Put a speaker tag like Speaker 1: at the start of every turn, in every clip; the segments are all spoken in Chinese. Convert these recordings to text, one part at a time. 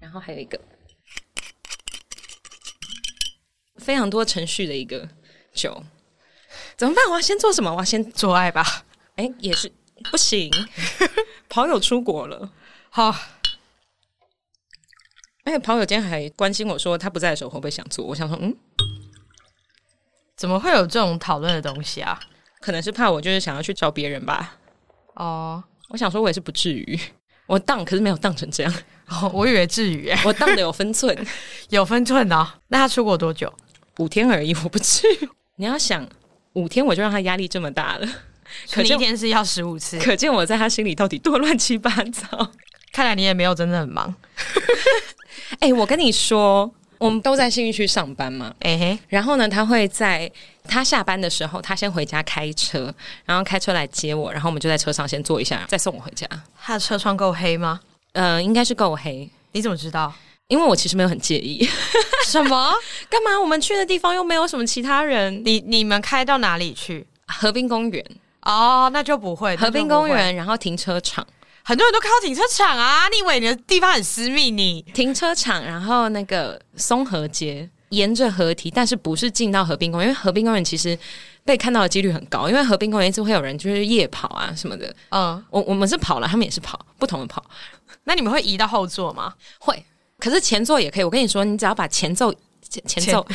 Speaker 1: 然后还有一个非常多程序的一个酒，怎么办？我要先做什么？我要先
Speaker 2: 做爱吧。
Speaker 1: 哎、也是不行， 跑友出国了。
Speaker 2: 好，
Speaker 1: 而且哎跑友今天还关心我说，他不在的时候会不会想做？我想说，嗯，
Speaker 2: 怎么会有这种讨论的东西啊？
Speaker 1: 可能是怕我就是想要去找别人吧。
Speaker 2: 哦，
Speaker 1: 我想说，我也是不至于，我当可是没有当成这样，
Speaker 2: 哦我以为至于欸
Speaker 1: 我当的有分寸，
Speaker 2: 有分寸哦。那他出国多久？
Speaker 1: 五天而已，我不至于。你要想，五天我就让他压力这么大了，可
Speaker 2: 可你一
Speaker 1: 见
Speaker 2: 天是要十五次，
Speaker 1: 可见我在他心里到底多乱七八糟。
Speaker 2: 看来你也没有真的很忙。
Speaker 1: 哎、我跟你说，我们都在信义区上班嘛，
Speaker 2: 哎嘿，
Speaker 1: 然后呢，他会在他下班的时候，他先回家开车，然后开车来接我，然后我们就在车上先坐一下，再送我回家。
Speaker 2: 他的车窗够黑吗？
Speaker 1: 呃，应该是够黑，
Speaker 2: 你怎么知道？
Speaker 1: 因为我其实没有很介意。
Speaker 2: 什么？
Speaker 1: 干嘛？我们去的地方又没有什么其他人。
Speaker 2: 你你们开到哪里去？
Speaker 1: 河滨公园，
Speaker 2: 哦，那就不会。
Speaker 1: 河
Speaker 2: 那就
Speaker 1: 滨
Speaker 2: 不
Speaker 1: 公
Speaker 2: 会，
Speaker 1: 园，然后停车场，
Speaker 2: 很多人都靠停车场啊！你以为你的地方很私密你？
Speaker 1: 停车场，然后那个松河街，沿着河堤，但是不是进到河滨公园？因为河滨公园其实被看到的几率很高，因为河滨公园一直会有人就是夜跑啊什么的。
Speaker 2: 嗯，
Speaker 1: 我我们是跑了，他们也是跑，不同的跑。
Speaker 2: 那你们会移到后座吗？
Speaker 1: 会，可是前奏也可以。我跟你说，你只要把前奏前前奏，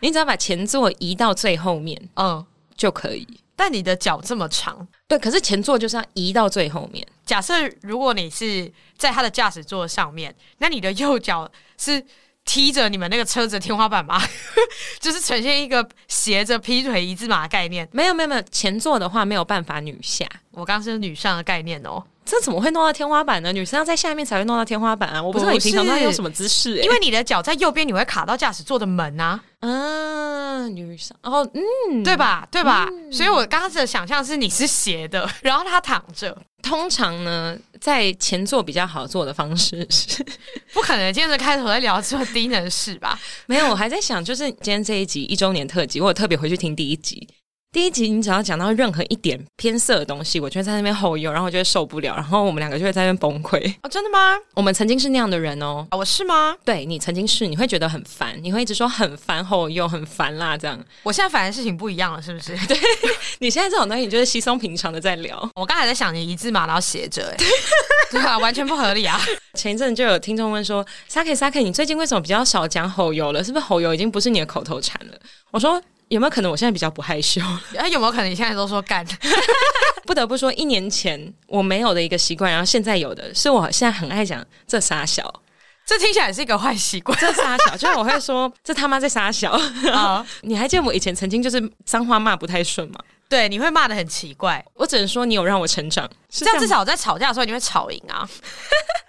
Speaker 1: 你只要把前座移到最后面
Speaker 2: 嗯，
Speaker 1: 就可以。
Speaker 2: 但你的脚这么长，
Speaker 1: 对，可是前座就是要移到最后面，
Speaker 2: 假设如果你是在他的驾驶座上面，那你的右脚是踢着你们那个车子的天花板吗？ 就是呈现一个斜着劈腿一字马的概念。
Speaker 1: 没有没有没有，前座的话没有办法女下。
Speaker 2: 我刚刚是女上的概念哦，
Speaker 1: 这怎么会弄到天花板呢？女生要在下面才会弄到天花板啊！我不知道你
Speaker 2: 不是
Speaker 1: 平常都在用什么姿势、欸，
Speaker 2: 因为你的脚在右边，你会卡到驾驶座的门啊，
Speaker 1: 啊，女生哦，嗯，
Speaker 2: 对吧？对吧？所以我刚刚的想象是你是斜的，然后他躺着，
Speaker 1: 通常呢，在前座比较好做的方式是，
Speaker 2: 不可能。今天的开头在聊这么低能事吧？
Speaker 1: 没有，我还在想，就是今天这一集一周年特辑，我有特别回去听第一集。第一集你只要讲到任何一点偏色的东西，我就会在那边吼油，然后我就会受不了，然后我们两个就会在那边崩溃。
Speaker 2: 哦，真的吗？
Speaker 1: 我们曾经是那样的人哦，
Speaker 2: 啊我是吗？
Speaker 1: 对你曾经是，你会觉得很烦，你会一直说很烦吼油，很烦啦这样。
Speaker 2: 我现在反正事情不一样了，是不是？
Speaker 1: 你现在这种东西，你就是稀松平常的在聊。
Speaker 2: 我刚才在想你一字马，然后斜着、欸，对啊，完全不合理啊！
Speaker 1: 前一阵就有听众问说：“Saki Saki，你最近为什么比较少讲吼油了？是不是吼油已经不是你的口头禅了？”我说：“有没有可能我现在比较不害羞？
Speaker 2: 哎，有没有可能你现在都说干？
Speaker 1: 不得不说，一年前我没有的一个习惯，然后现在有的是，我现在很爱讲这傻小，
Speaker 2: 这听起来是一个坏习惯
Speaker 1: 这傻小，就是我会说 这他妈在傻小。
Speaker 2: 啊！
Speaker 1: 你还记得我以前曾经就是脏话骂不太顺吗？
Speaker 2: 对，你会骂的很奇怪，
Speaker 1: 我只能说你有让我成长，是
Speaker 2: 这样至少在吵架的时候你会吵赢 啊。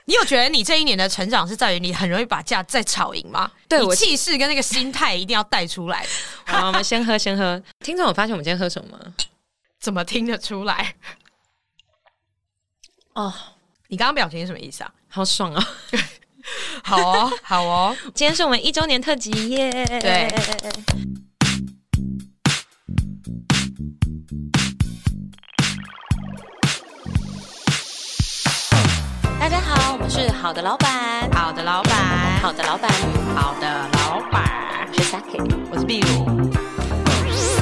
Speaker 2: 你有觉得你这一年的成长是在于你很容易把架再吵赢吗？
Speaker 1: 对
Speaker 2: 你
Speaker 1: 我
Speaker 2: 气势跟那个心态一定要带出 来，
Speaker 1: 好，我们先喝，先喝。听众有发现我们今天喝什么吗？
Speaker 2: 怎么听得出来？
Speaker 1: 哦，
Speaker 2: 你刚刚表情是什么意思啊？
Speaker 1: 好爽啊！
Speaker 2: 好 哦，好哦，
Speaker 1: 今天是我们一周年特辑耶！
Speaker 2: 对。
Speaker 1: 大家好，我们是好的老板，
Speaker 2: 好的，老板，
Speaker 1: 好的老板，
Speaker 2: 好的，老板，
Speaker 1: 我是 Saki。
Speaker 2: 我是壁炉。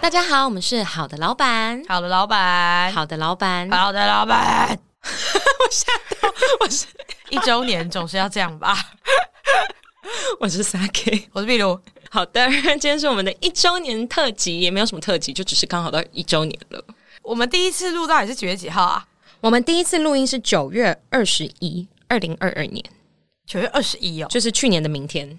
Speaker 1: 大家好，我们是好的老板，
Speaker 2: 好的，老板，
Speaker 1: 好的老板，
Speaker 2: 好的，老 板，
Speaker 1: 我吓到，我是
Speaker 2: 一周年总是要这样吧？
Speaker 1: 我是 Saki。
Speaker 2: 我是壁炉，
Speaker 1: 好的，今天是我们的一周年特辑，也没有什么特辑，就只是刚好到一周年了。
Speaker 2: 我们第一次录到底是几月几号啊？
Speaker 1: 我们第一次录音是九月二十一，二零二二年，
Speaker 2: 九月二十一哦。
Speaker 1: 就是去年的明天。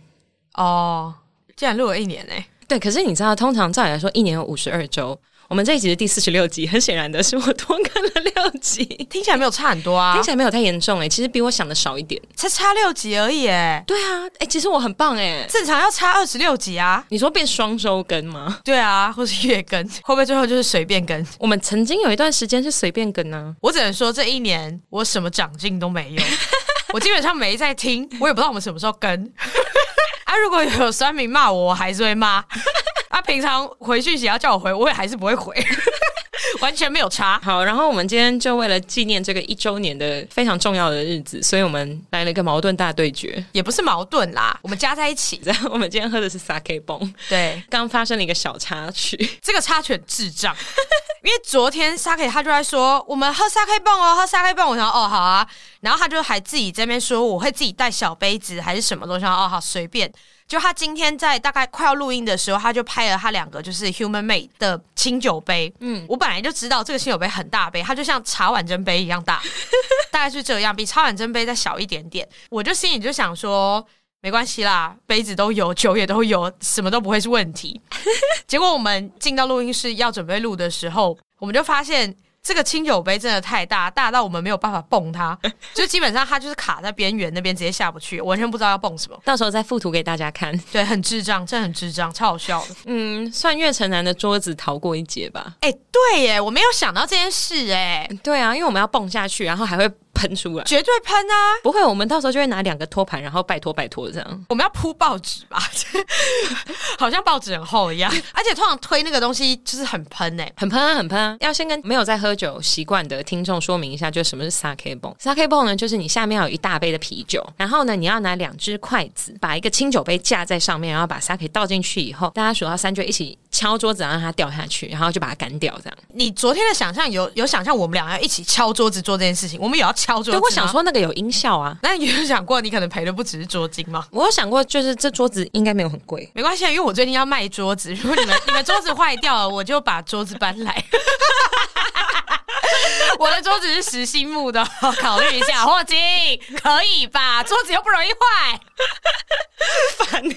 Speaker 2: 哦，竟然录了一年呢、
Speaker 1: 对，可是你知道，通常照理来说，一年有五十二周，我们这一集是第四十六集，很显然的是我多更了六集，
Speaker 2: 听起来没有差很多啊
Speaker 1: 听，起来没有太严重哎、其实比我想的少一点。
Speaker 2: 才差六集而已、欸，
Speaker 1: 对啊，哎、其实我很棒哎、
Speaker 2: 正常要差二十六集啊。
Speaker 1: 你说变双周更吗？
Speaker 2: 对啊，或是月更，会不会最后就是随便更？
Speaker 1: 我们曾经有一段时间是随便更啊呢、
Speaker 2: 我只能说这一年我什么长进都 没有，我基本上没在听， 我也不知道我们什么时候更。啊，如果有酸民骂我，我还是会骂。啊，平常回讯息要叫我回，我也还是不会 回，完全没有差。
Speaker 1: 好，然后我们今天就为了纪念这个一周年的非常重要的日子，所以我们来了一个矛盾大对决。
Speaker 2: 也不是矛盾啦，我们加在一起。
Speaker 1: 然后我们今天喝的是 sake 崩，
Speaker 2: 对，
Speaker 1: 刚发生了一个小插曲，
Speaker 2: 这个插曲很智障， 因为昨天 Saki 他就在说我们喝 Saki 泵哦，喝 Saki 泵，我想哦好啊，然后他就还自己在那边说我会自己带小杯子还是什么东西，我想哦好随便。就他今天在大概快要录音的时候，他就拍了他两个就是 Human Made 的清酒杯，嗯，我本来就知道这个清酒杯很大杯，它就像茶碗蒸杯一样大，大概是这样，比茶碗蒸杯再小一点点。我就心里就想说。没关系啦，杯子都有，酒也都有，什么都不会是问题。结果我们进到录音室要准备录的时候，我们就发现这个清酒杯真的太大，大到我们没有办法蹦 它，就基本上它就是卡在边缘那边，直接下不去，完全不知道要蹦什么。
Speaker 1: 到时候再附图给大家看。
Speaker 2: 对，很智障，真的很智障，超好笑的。
Speaker 1: 嗯，算岳城南的桌子逃过一劫吧。
Speaker 2: 哎、对耶，我没有想到这件事，哎，
Speaker 1: 对啊，因为我们要蹦下去，然后还会喷出来。
Speaker 2: 绝对喷啊！
Speaker 1: 不会，我们到时候就会拿两个托盘，然后拜托拜托这样。
Speaker 2: 我们要铺报纸吧， 好像报纸很厚一样，而且通常推那个东西就是很喷哎、
Speaker 1: 很喷啊，很喷啊！要先跟没有在喝酒习惯的听众说明一下，就什么是 sake b o n sake b o n 呢，就是你下面要有一大杯的啤酒，然后呢，你要拿两只筷子，把一个清酒杯架在上面，然后把 sake 倒进去以后，大家数到三就一起敲桌子，然后让它掉下去，然后就把它干掉这样。
Speaker 2: 你昨天的想象有有想象我们俩要一起敲桌子做这件事情，我们也要敲桌
Speaker 1: 对，
Speaker 2: 子。
Speaker 1: 我想，说那个有音效啊，
Speaker 2: 那你有想过你可能赔的不只是桌巾吗？
Speaker 1: 我有想过，就是这桌子应该没有很贵。
Speaker 2: 没关系，啊，因为我最近要卖桌子，如果你们你们桌子坏掉了，我就把桌子搬来。 我的桌子是实心木的，哦考虑一下，霍金可以吧？桌子又不容易坏。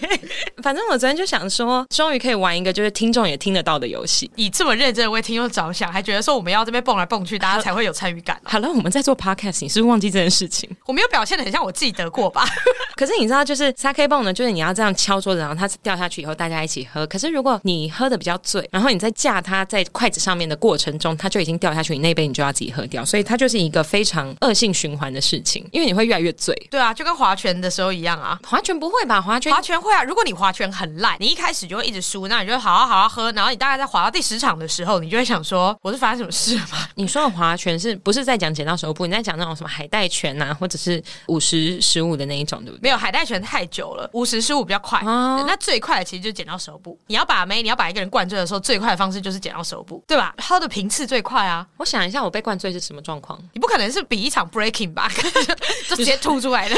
Speaker 1: 反正我昨天就想说，终于可以玩一个就是听众也听得到的游戏。
Speaker 2: 你这么认真地为听众着想，还觉得说我们要这边蹦来蹦去，大家才会有参与感哦、
Speaker 1: 好了，我们在做 podcast，你是不是忘记这件事情？
Speaker 2: 我没有表现的很像我记得过吧？
Speaker 1: 可是你知道，就是 sake b o n 呢，就是你要这样敲桌子，然后它掉下去以后，大家一起喝。可是如果你喝的比较醉，然后你在架它在筷子上面的过程中，它就已经掉下去，你那杯你就要自己喝掉，所以它就是一个非常恶性循环的事情，因为你会越来越醉。
Speaker 2: 对啊，就跟划拳的时候一样啊。
Speaker 1: 划拳不会吧？划拳
Speaker 2: 划拳会啊，如果你划拳很烂，你一开始就会一直输，那你就会好好好好喝，然后你大概在划到第十场的时候，你就会想说，我是发生什么事了吗？
Speaker 1: 你说的划拳是不是在讲剪刀手部？你在讲那种什么海带拳呐、或者是五十十五的那一种，对不对？
Speaker 2: 没有海带拳太久了，五十失误比较快。
Speaker 1: 哦
Speaker 2: 那最快的其实就是剪刀手部。你要把妹，你要把一个人灌醉的时候，最快的方式就是剪刀手部，对吧？喝的频次最快啊，
Speaker 1: 我想一下，我被灌醉是什么状况？
Speaker 2: 你不可能是比一场 breaking 吧， 就直接吐出 来的，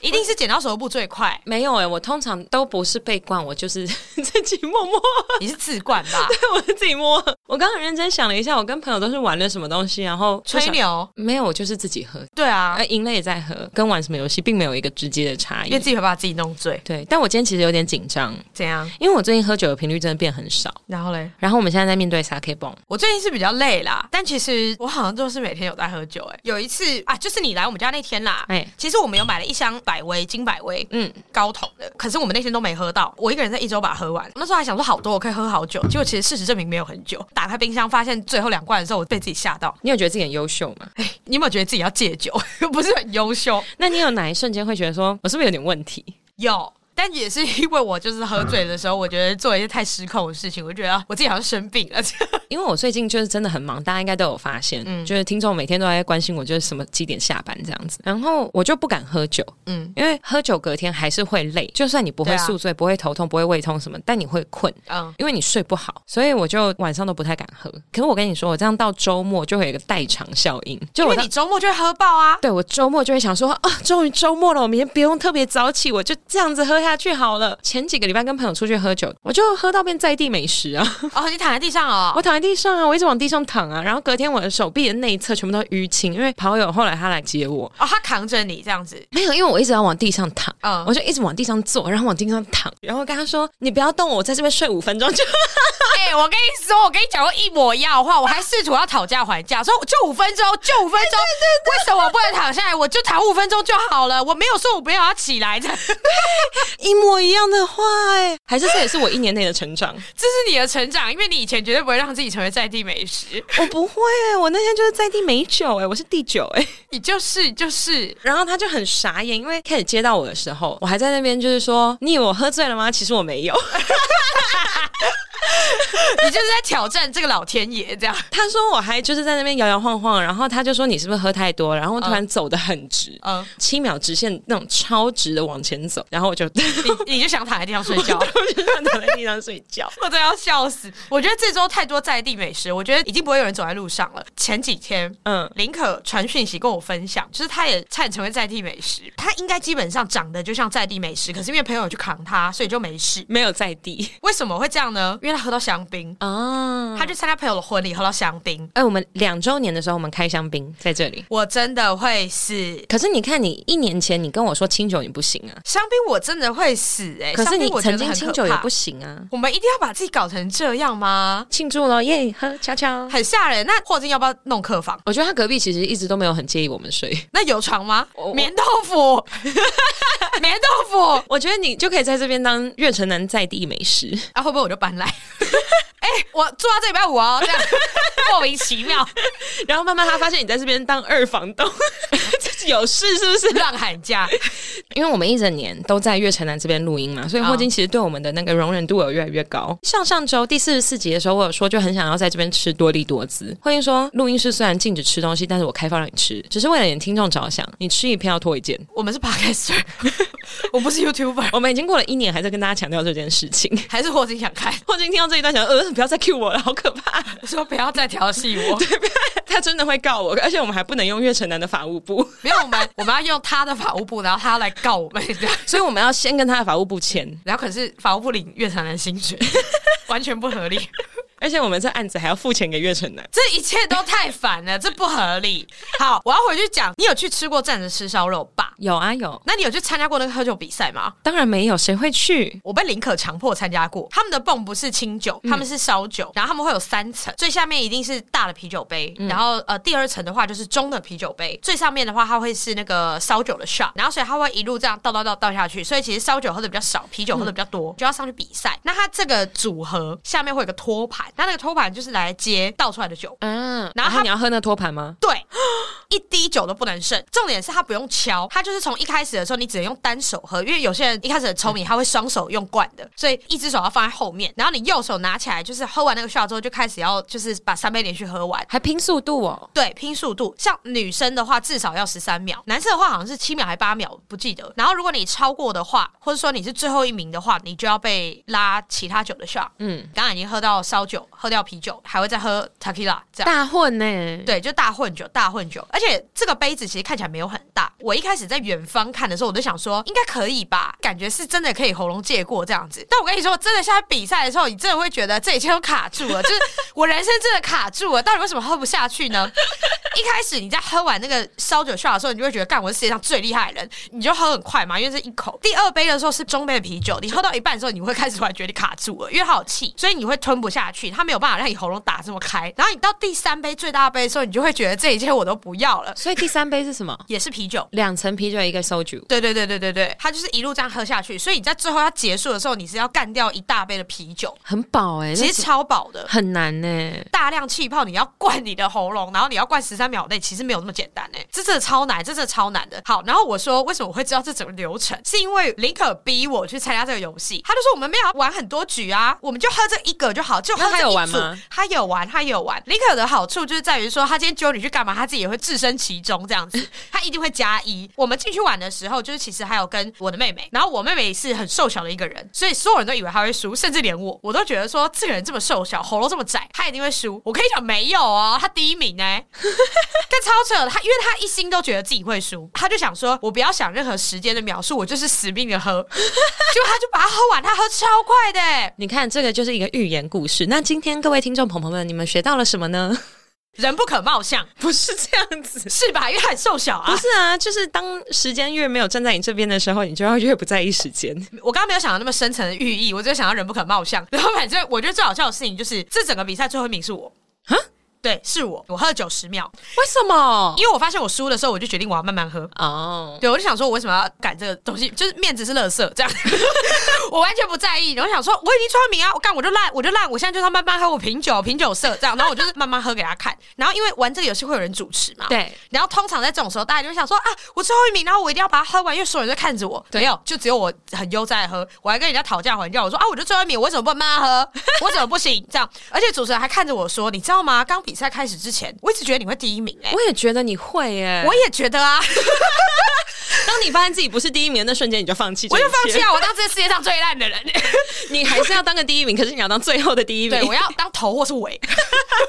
Speaker 2: 一定是剪刀手部最快。
Speaker 1: 没有诶、欸我通常都不是被灌，我就是 自己默默
Speaker 2: 你是自灌吧？
Speaker 1: 我是自己摸。我刚刚认真想了一下，我跟朋友都是玩了什么东西，然后就
Speaker 2: 吹
Speaker 1: 想。
Speaker 2: 牛，
Speaker 1: 没有，我就是自己喝，
Speaker 2: 对啊，
Speaker 1: 呃，赢了也在喝，跟玩什么游戏并没有一个直接的差
Speaker 2: 因为
Speaker 1: 异。
Speaker 2: 自己会把自己弄醉，
Speaker 1: 对，但我今天其实有点紧张，
Speaker 2: 怎样？
Speaker 1: 因为我最近喝酒的频率真的变很少。
Speaker 2: 然后嘞，
Speaker 1: 然后我们现在在面对 sake b o n
Speaker 2: 我最近是比较累啦，但其实我好像就是每天有在喝酒、欸。哎，有一次啊，就是你来我们家那天啦，
Speaker 1: 哎，
Speaker 2: 其实我们有买了一箱百威金百威
Speaker 1: 嗯，
Speaker 2: 高筒的，可是我们那天都没喝到，我一个人在一周把它喝完。那时候还想说好多，我可以喝好久，结果其实事实证明没有很久。打开冰箱发现最后两罐的时候，我被自己吓到。
Speaker 1: 你有觉得自己很优秀吗？
Speaker 2: 你有没有觉得自己要戒酒？ 不是很优秀？
Speaker 1: 那你有哪一瞬间会觉得说，我是不是有点问题？
Speaker 2: 有。但也是因为我就是喝醉的时候，我觉得做一些太失控的事情，我就觉得啊我自己好像生病了。
Speaker 1: 因为我最近就是真的很忙，大家应该都有发现，
Speaker 2: 嗯
Speaker 1: 就是听众每天都在关心我，就是什么几点下班这样子。然后我就不敢喝酒，
Speaker 2: 嗯，
Speaker 1: 因为喝酒隔天还是会累，就算你不
Speaker 2: 对
Speaker 1: 会
Speaker 2: 啊
Speaker 1: 宿醉、不会头痛、不会胃痛什么，但你会困。
Speaker 2: 嗯，
Speaker 1: 因为你睡不好，所以我就晚上都不太敢喝。可是我跟你说，我这样到周末就会有一个代偿效应，就
Speaker 2: 因
Speaker 1: 我
Speaker 2: 为
Speaker 1: 到
Speaker 2: 你周末就会喝爆 啊。
Speaker 1: 对我周末就会想说啊，终于周末了，我明天不用特别早起，我就这样子喝下去好了。前几个礼拜跟朋友出去喝酒，我就喝到变在地美食啊，
Speaker 2: 哦，你躺在地上哦
Speaker 1: 我。躺在地上啊，我一直往地上躺啊，然后隔天我的手臂的内侧全部都淤青，因为跑友后来他来接我，
Speaker 2: 哦，他扛着你这样子，
Speaker 1: 没有，因为我一直要往地上躺。
Speaker 2: 嗯，
Speaker 1: 我就一直往地上坐，然后往地上躺，然后跟他说：“你不要动我，我在这边睡五分钟就
Speaker 2: 哎、我跟你说，我跟你讲过一模一样的话，我还试图要讨价还价，说就五分钟，就五分 钟，为什么我不能躺下来？我就躺五分钟就好了，我没有说我不要要起来的，这 是
Speaker 1: 一模一样的话、哎，还是这也是我一年内的成长。
Speaker 2: 你的成长，因为你以前绝对不会让自己成为在地美 食，
Speaker 1: 我不会、我那天就是在第美酒、哎，我是第九、哎。
Speaker 2: 你就是就是。
Speaker 1: 然后他就很傻眼，因为开始接到我的时候，我还在那边就是说，你以为我喝醉了吗？其实我没有。
Speaker 2: 你就是在挑战这个老天爷这样。
Speaker 1: 他说我还就是在那边摇摇晃晃，然后他就说你是不是喝太多？然后突然走得很直，
Speaker 2: 嗯，
Speaker 1: 七秒直线那种超直的往前走，然后我就
Speaker 2: 你你就想躺在地上睡觉。
Speaker 1: 我就躺在地上睡觉。
Speaker 2: 我都要笑死！我觉得这周太多在地美食，我觉得已经不会有人走在路上了。前几天，
Speaker 1: 嗯，
Speaker 2: 林可传讯息跟我分享，就是他也差点成为在地美食，他应该基本上长得就像在地美食，可是因为朋友去扛他，所以就没事。
Speaker 1: 没有在地
Speaker 2: 为什么会这样呢？因为他喝到香槟，
Speaker 1: 啊。
Speaker 2: 他去参加朋友的婚礼喝到香槟，
Speaker 1: 哎、我们两周年的时候，我们开香槟在这里。
Speaker 2: 我真的会死。
Speaker 1: 可是你看，你一年前你跟我说清酒你不行啊，
Speaker 2: 香槟我真的会死哎、欸！
Speaker 1: 可是你
Speaker 2: 香槟我觉
Speaker 1: 曾
Speaker 2: 得
Speaker 1: 经
Speaker 2: 很
Speaker 1: 清
Speaker 2: 可
Speaker 1: 酒也
Speaker 2: 怕
Speaker 1: 不行啊。
Speaker 2: 我们一定要把自己搞成这样吗？
Speaker 1: 庆祝了耶，喝悄悄。
Speaker 2: 很吓人。那霍金要不要弄客房？
Speaker 1: 我觉得他隔壁其实一直都没有很介意我们睡。
Speaker 2: 那有床吗
Speaker 1: 我？我
Speaker 2: 棉豆腐， 棉豆腐。
Speaker 1: 我觉得你就可以在这边当月城南在地美食。
Speaker 2: 啊，会不会我就搬来？ 哎、我住到这礼拜五哦，这样莫名其妙
Speaker 1: 然后慢慢他发现你在这边当二房东， 有事是不是？
Speaker 2: 乱喊价。
Speaker 1: 因为我们一整年都在月城南这边录音嘛，所以霍金其实对我们的那个容忍度有越来越高。上上周第四十四集的时候，我有说就很想要在这边吃多利多滋。霍金说，录音室虽然禁止吃东西，但是我开放让你吃，只是为了你听众着想，你吃一片要脱一件。
Speaker 2: 我们是 podcaster，我不是 YouTuber，
Speaker 1: 我们已经过了一年，还在跟大家强调这件事情。
Speaker 2: 还是霍金想看，
Speaker 1: 霍金听到这一段想，呃，不要再 cue 我了，好可怕。
Speaker 2: 说不要再调戏我。
Speaker 1: 他真的会告我，而且我们还不能用月城南的法务部，
Speaker 2: 没有，我们我们要用他的法务部，然后他要来告我们，这样
Speaker 1: 所以我们要先跟他的法务部签，
Speaker 2: 然后可是法务部领越南的薪水，完全不合理。
Speaker 1: 而且我们这案子还要付钱给月城南。
Speaker 2: 这一切都太烦了，这不合理。好，我要回去讲，你有去吃过站着吃烧肉吧？
Speaker 1: 有啊有，
Speaker 2: 那你有去参加过那个喝酒比赛吗？
Speaker 1: 当然没有，谁会去？
Speaker 2: 我被林可强迫参加过，他们的泵不是清酒，他们是烧酒，然后他们会有三层，最下面一定是大的啤酒杯，然后呃第二层的话就是中的啤酒杯，最上面的话它会是那个烧酒的 shot，然后所以它会一路这样倒倒倒倒下去，所以其实烧酒喝的比较少，啤酒喝的比较多，就要上去比赛。那它这个组合下面会有个托盘，那那个托盘就是来接倒出来的酒，
Speaker 1: 嗯，
Speaker 2: 然
Speaker 1: 然
Speaker 2: 后他
Speaker 1: 后你要喝那托盘吗？
Speaker 2: 对， 一滴酒都不能剩。重点是他不用敲，他就是从一开始的时候，你只能用单手喝，因为有些人一开始很聪明，他会双手用灌的，所以一只手要放在后面，然后你右手拿起来，就是喝完那个 shot 之后，就开始要就是把三杯连续喝完。
Speaker 1: 还拼速度哦，
Speaker 2: 对，拼速度，像女生的话至少要十三秒，男生的话好像是七秒还八秒，不记得。然后如果你超过的话，或者说你是最后一名的话，你就要被拉其他酒的 shot。嗯，刚刚已经喝到烧酒，喝掉啤酒，还会再喝 tequila 这样。
Speaker 1: 大混呢、，
Speaker 2: 对，就大混酒，大混酒。而且这个杯子其实看起来没有很大。我一开始在远方看的时候，我就想说应该可以吧，感觉是真的可以喉咙借过这样子。但我跟你说，真的现在比赛的时候，你真的会觉得这一切都卡住了，就是 我人生真的卡住了。到底为什么喝不下去呢？ 一开始你在喝完那个烧酒 shot 的时候，你就会觉得干我是世界上最厉害的人，你就喝很快嘛，因为是一口。第二杯的时候是中杯的啤酒，你喝到一半的时候，你会开始突然觉得你卡住了，因为它有气，所以你会吞不下去，它没有办法让你喉咙打这么开。然后你到第三杯最大杯的时候，你就会觉得这一切我都不要了，？
Speaker 1: 所以第三杯是什么
Speaker 2: 也是啤酒。
Speaker 1: 两层啤酒一个烧酒。
Speaker 2: 对对对对对对，它就是一路这样喝下去，所以你在最后要结束的时候，你是要干掉一大杯的啤酒，
Speaker 1: 很饱哎、
Speaker 2: 其
Speaker 1: 其
Speaker 2: 实
Speaker 1: 实
Speaker 2: 超饱的。
Speaker 1: 很难呢、
Speaker 2: 大量气泡，你要灌你的喉咙，然后你要灌十三秒内，其实没有那么简单哎、这真的超难，这真的超难的。好，然后我说为什么我会知道这整个流程，是因为林可逼我去参加这个游戏，他就说我们没有要玩很多局啊，我们就喝这一个就好，就喝
Speaker 1: 那他
Speaker 2: 这
Speaker 1: 有
Speaker 2: 一
Speaker 1: 玩
Speaker 2: 组
Speaker 1: 吗。
Speaker 2: 他有玩，他有玩。林可的好处就是在于说，他今天揪你去干嘛，他自己也会置身其中这样子，他一定会加一。我们进去玩的时候，就是其实还有跟我的妹妹，然后我妹妹是很瘦小的一个人，所以所有人都以为她会输，甚至连我，我都觉得说这个人这么瘦小，喉咙这么窄，她一定会输。我可以讲没有哦，她第一名哎、但超扯的，他因为他一心都觉得自己会输，他就想说，我不要想任何时间的描述，我就是死命的喝，结果他就把它喝完，他喝超快的、欸，
Speaker 1: 你看，这个就是一个寓言故事。那今天各位听众朋友们，你们学到了什么呢？
Speaker 2: 人不可貌相，
Speaker 1: 不是这样子，
Speaker 2: 是吧？因为他很瘦小
Speaker 1: 不
Speaker 2: 啊。
Speaker 1: 是啊，就是当时间越没有站在你这边的时候，你就要越不在意时间。
Speaker 2: 我刚刚没有想到那么深层的寓 意，我只是想到人不可貌相。然后反正我觉得最好笑的事情就是，这整个比赛最后一名是我。对，是我，我喝了九十秒，
Speaker 1: 为什么？
Speaker 2: 因为我发现我输的时候，我就决定我要慢慢喝。
Speaker 1: 哦，
Speaker 2: 对，我就想说，我为什么要赶这个东西？就是面子是垃圾，这样 我完全不在意。然后想说，我已经穿名啊，我干我就烂，我就烂，我现在就是要慢慢喝，我品酒品酒色这样。然后我就是慢慢喝给他看。然后因为玩这个游戏会有人主持嘛，。
Speaker 1: 对，
Speaker 2: 然后通常在这种时候，大家就会想说啊，我最后一名，然后我一定要把它喝完，因为所有人在看着我。
Speaker 1: 对
Speaker 2: 没有，就只有我很悠哉地喝，我还跟人家讨价还价，我说啊，我就最后一名，我为什么不能慢慢喝？ 我怎么不行？这样，而且主持人还看着我说，你知道吗？刚比赛开始之前，我一直觉得你会第一名、欸，
Speaker 1: 我也觉得你会耶。
Speaker 2: 我也觉得啊。
Speaker 1: 当你发现自己不是第一名的那瞬间，你就放弃，
Speaker 2: 我就放弃。啊！我当这个世界上最烂的人，
Speaker 1: 你还是要当个第一名，可是你要当最后的第一 名。
Speaker 2: 对我要当头或是尾。